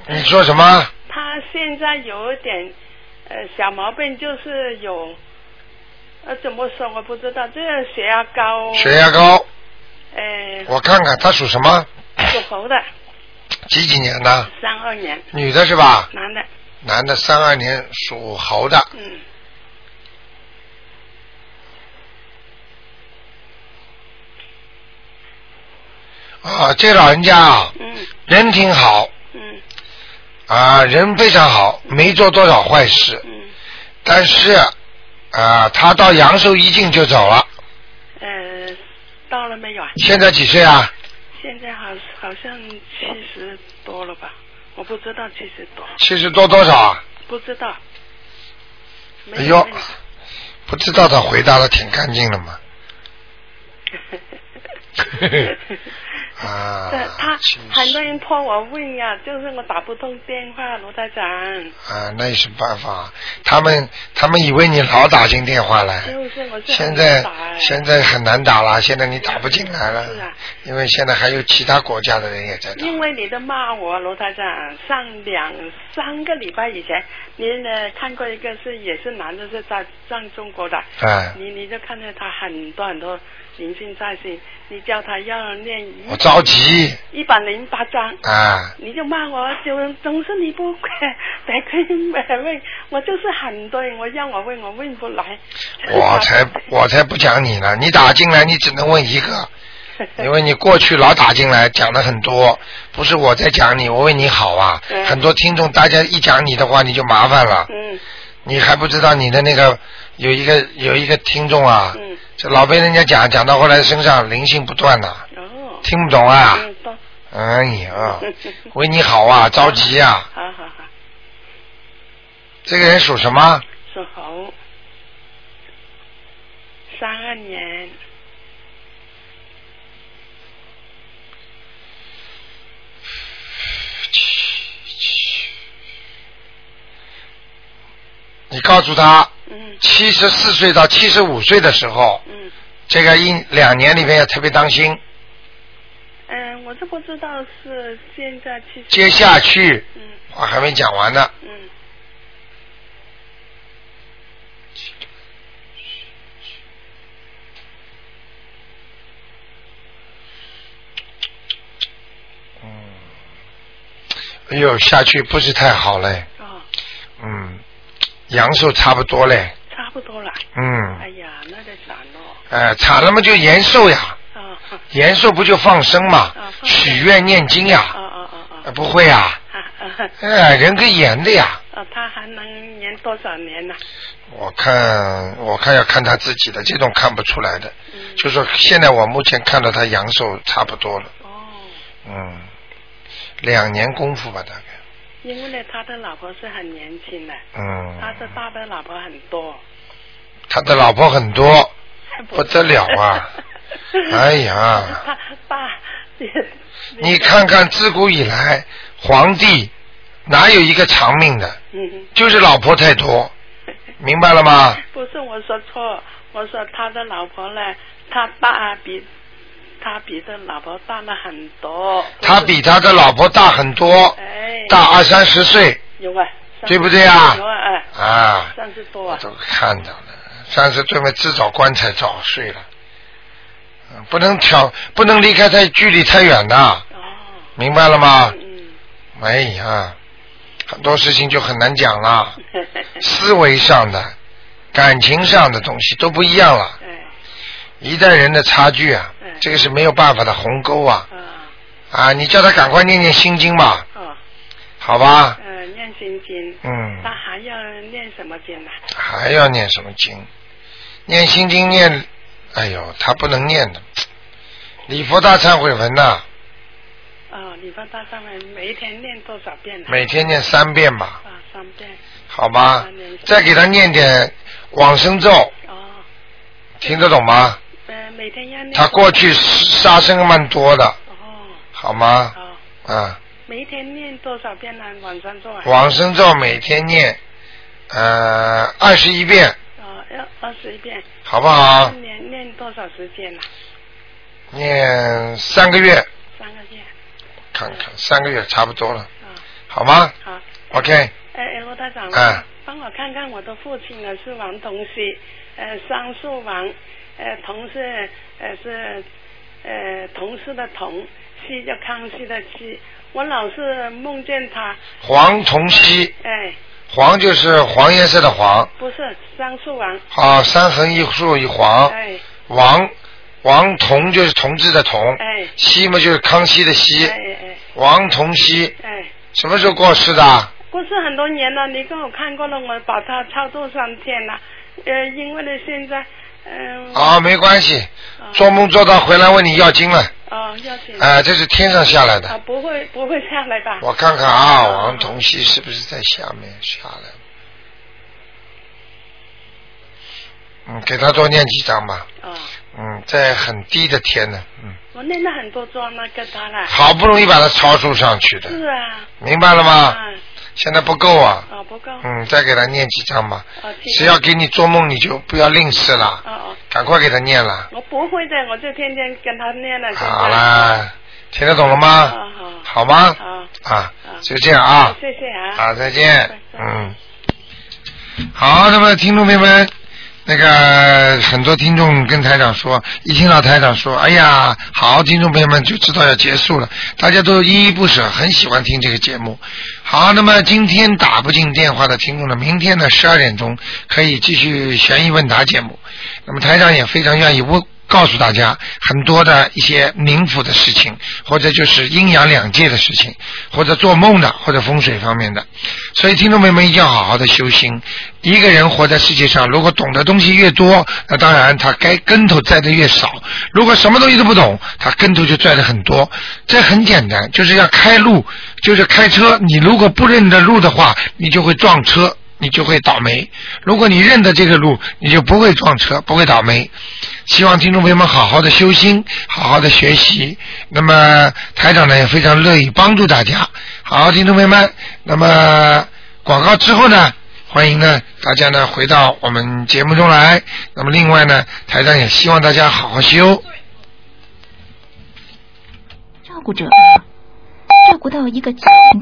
[SPEAKER 1] 你说什么？
[SPEAKER 10] 他现在有一点呃小毛病，就是有呃怎么说我不知道，这个血压高，
[SPEAKER 1] 血压，高，
[SPEAKER 10] 呃，
[SPEAKER 1] 我看看她属什么？
[SPEAKER 10] 属猴的，
[SPEAKER 1] 几几年的？
[SPEAKER 10] 三二年，
[SPEAKER 1] 女的是吧
[SPEAKER 10] 男的，
[SPEAKER 1] 男的，三二年属猴的。
[SPEAKER 10] 嗯，
[SPEAKER 1] 啊，这老人家啊，
[SPEAKER 10] 嗯
[SPEAKER 1] 人挺好，啊，人非常好，
[SPEAKER 10] 嗯
[SPEAKER 1] 没做多少坏事，但是啊，他到阳寿一尽就走了。
[SPEAKER 10] 呃，到了没有啊？
[SPEAKER 1] 现在几岁啊？
[SPEAKER 10] 现在好好像七十多了吧，我不知道七十多，
[SPEAKER 1] 七十多多少啊？
[SPEAKER 10] 不知道。没
[SPEAKER 1] 哎
[SPEAKER 10] 有
[SPEAKER 1] 呦，不知道他回答的挺干净
[SPEAKER 10] *laughs*
[SPEAKER 1] 的嘛。啊
[SPEAKER 10] 对他很多人托我问呀、就是我打不通电话，卢台长。
[SPEAKER 1] 啊，那有什么办法？他们他们以为你老打进电话来，
[SPEAKER 10] 就是我是
[SPEAKER 1] 哎 *laughs* 现
[SPEAKER 10] 很
[SPEAKER 1] 在哎
[SPEAKER 10] 傻哎
[SPEAKER 1] 现在很难打了，现在你打不进来了
[SPEAKER 10] 是啊，
[SPEAKER 1] 因为现在还有其他国家的人也在打。
[SPEAKER 10] 因为你都骂我，罗台长，上两三个礼拜以前，您呢看过一个是也是男的，是在上中国的，
[SPEAKER 1] 哎
[SPEAKER 10] 你你就看见他很多很多灵性在身，你叫他要念一，
[SPEAKER 1] 我着急
[SPEAKER 10] 一百零八章，
[SPEAKER 1] 啊，
[SPEAKER 10] 你就骂我，就总是你不得跟问，我就是很多人，我让我问我问不来，
[SPEAKER 1] 我才我才不讲你呢，你打进来你只能问一
[SPEAKER 10] *laughs*
[SPEAKER 1] 个，因为你过去老打进来讲的很多，不是我在讲你，我为你好啊，很多听众大家一讲你的话你就麻烦了，
[SPEAKER 10] 嗯，
[SPEAKER 1] 你还不知道你的那个有一个有一个听众啊，
[SPEAKER 10] 嗯
[SPEAKER 1] 这老被人家讲讲到后来身上灵性不断呐、
[SPEAKER 10] 哦
[SPEAKER 1] 听不懂啊，
[SPEAKER 10] 嗯
[SPEAKER 1] 哎
[SPEAKER 10] *laughs*
[SPEAKER 1] 呀，为你好啊，着急啊，
[SPEAKER 10] 好好好，
[SPEAKER 1] 这个人属什么？
[SPEAKER 10] 属猴，三二年，
[SPEAKER 1] 你告诉他，
[SPEAKER 10] 嗯
[SPEAKER 1] 七十四岁到七十五岁的时候，这个一两年里面要特别当心，
[SPEAKER 10] 嗯、我都不知道是现在去
[SPEAKER 1] 接下去，
[SPEAKER 10] 嗯
[SPEAKER 1] 我还没讲完呢。嗯哎呦，下去不是太好嘞。
[SPEAKER 10] 哦
[SPEAKER 1] 嗯，阳寿差不多嘞。
[SPEAKER 10] 差不多了。
[SPEAKER 1] 嗯
[SPEAKER 10] 哎呀，那得惨哦了。
[SPEAKER 1] 哎，惨了嘛就延寿呀。延寿不就放生
[SPEAKER 10] 哦
[SPEAKER 1] 嘛？许愿念经呀。呃不会呀。哎，人跟盐的呀。
[SPEAKER 10] 啊，他还能延多少年呢、
[SPEAKER 1] 我看，我看要看他自己的，这种看不出来的。就说现在我目前看到他阳寿差不多了。哦。嗯，两年功夫吧，大概。
[SPEAKER 10] 因为呢，他的老婆是很年轻的，
[SPEAKER 1] 嗯，
[SPEAKER 10] 他的大的老婆很多，
[SPEAKER 1] 他的老婆很多，不得了
[SPEAKER 10] *laughs*
[SPEAKER 1] 啊！哎
[SPEAKER 7] *laughs*
[SPEAKER 1] 呀，
[SPEAKER 10] 他大
[SPEAKER 1] 你看看自古以来，皇帝哪有一个长命的？
[SPEAKER 10] 嗯，
[SPEAKER 1] 就是老婆太多，明白了吗？
[SPEAKER 10] 不是 *laughs* 我说错，我说他的老婆呢，他大比他比的老婆大了很多，
[SPEAKER 1] 他比他的老婆大很多，
[SPEAKER 10] 哎
[SPEAKER 1] 大二三十岁
[SPEAKER 10] 有啊，三
[SPEAKER 1] 对不对啊
[SPEAKER 10] 有啊，哎
[SPEAKER 1] 啊，
[SPEAKER 10] 三十多啊，
[SPEAKER 1] 都看到了。三十岁嘛，自找棺材早睡了，嗯不能挑，不能离开太距离太远的，明白了吗？哎呀，很多事情就很难讲了，思维上的、感情上的东西都不一样了。一代人的差距啊，这个是没有办法的鸿沟啊。啊，你叫他赶快念念心经吧，
[SPEAKER 10] 哦，
[SPEAKER 1] 好吧？
[SPEAKER 10] 嗯、念心经，
[SPEAKER 1] 嗯
[SPEAKER 10] 那还要念什么经呢？
[SPEAKER 1] 还要念什么经？念心经念，哎呦，他不能念的。礼佛大忏悔文呐、
[SPEAKER 10] 哦，礼佛大忏悔每一天念多少遍呢？
[SPEAKER 1] 每天念三遍吧，
[SPEAKER 10] 啊，三遍。
[SPEAKER 1] 好吧？再给他念点往生咒。听得懂吗？
[SPEAKER 10] 哦呃，每天要念。哦
[SPEAKER 1] 他过去杀生蛮多的。好吗？啊，
[SPEAKER 10] 每一天念多少遍呢？晚上做啊？
[SPEAKER 1] 往生咒每天念，呃，二十一遍，
[SPEAKER 10] 哦，要二十一遍。
[SPEAKER 1] 好不好
[SPEAKER 10] 一年念多少时间呢？
[SPEAKER 1] 念三个月，
[SPEAKER 10] 三个月。
[SPEAKER 1] 看看三个月差不多了，好吗
[SPEAKER 10] 嗯好。
[SPEAKER 1] ？OK，
[SPEAKER 10] 哎哎，罗大长，
[SPEAKER 1] 嗯
[SPEAKER 10] 帮我看看我的父亲呢是王同熙，呃，桑树王，呃，同是呃是呃同事的同，熙叫康熙的熙。我老是梦见他。
[SPEAKER 1] 黄同熙，
[SPEAKER 10] 哎，
[SPEAKER 1] 黄就是黄颜色的黄，
[SPEAKER 10] 不是桑树王。
[SPEAKER 1] 好，三横一竖一黄，
[SPEAKER 10] 哎
[SPEAKER 1] 王王同就是同志的同，
[SPEAKER 10] 哎
[SPEAKER 1] 熙嘛就是康熙的熙，
[SPEAKER 10] 哎哎
[SPEAKER 1] 王同熙，
[SPEAKER 10] 哎，
[SPEAKER 1] 什么时候过世的？啊
[SPEAKER 10] 过世很多年了，你跟我看过了，我把他超度三天了。呃，因为呢现在，嗯、
[SPEAKER 1] 啊，没关系，做梦做到回来问你要经了，
[SPEAKER 10] 哦，要紧。
[SPEAKER 1] 啊，这是天上下来的。
[SPEAKER 10] 啊，不会不会下来吧？
[SPEAKER 1] 我看看啊，
[SPEAKER 10] 嗯
[SPEAKER 1] 王同熙是不是在下面下来？嗯，给他多念几张吧。
[SPEAKER 10] 哦，
[SPEAKER 1] 嗯，在很低的天呢，嗯，
[SPEAKER 10] 我念了很多桩那跟他了。
[SPEAKER 1] 好不容易把它超度上去的，
[SPEAKER 10] 是啊。
[SPEAKER 1] 明白了吗？
[SPEAKER 10] 嗯。
[SPEAKER 1] 现在不够啊，
[SPEAKER 10] 哦，不够。
[SPEAKER 1] 嗯，再给他念几张吧。
[SPEAKER 10] 哦，谢谢
[SPEAKER 1] 只要给你做梦，你就不要吝啬了，
[SPEAKER 10] 哦哦，
[SPEAKER 1] 赶快给他念了。
[SPEAKER 10] 我不会的，我就天天跟他念了。现在
[SPEAKER 1] 好。啦，听得懂了吗？
[SPEAKER 10] 哦嗯好。嗯
[SPEAKER 1] 好吗？
[SPEAKER 10] 好。
[SPEAKER 1] 啊，就这样啊。
[SPEAKER 10] 谢谢啊。
[SPEAKER 1] 好，再见。嗯。好，那么听众朋友们，那个很多听众跟台长说，一听到台长说，哎呀，好，听众朋友们就知道要结束了，大家都依依不舍，很喜欢听这个节目。好，那么今天打不进电话的听众呢，明天呢十二点钟可以继续悬疑问答节目。那么台长也非常愿意问。告诉大家很多的一些冥府的事情，或者就是阴阳两界的事情，或者做梦的，或者风水方面的。所以听众朋友们一定要好好的修心。一个人活在世界上，如果懂的东西越多，那当然他该跟头栽的越少；如果什么东西都不懂，他跟头就栽的很多。这很简单，就是要开路，就是开车。你如果不认得路的话，你就会撞车。你就会倒霉。如果你认得这个路，你就不会撞车，不会倒霉。希望听众朋友们好好的修心，好好的学习。那么台长呢也非常乐意帮助大家。好，听众朋友们，那么广告之后呢，欢迎呢大家呢回到我们节目中来。那么另外呢，台长也希望大家好好修。
[SPEAKER 11] 照顾者，照顾到一个家庭。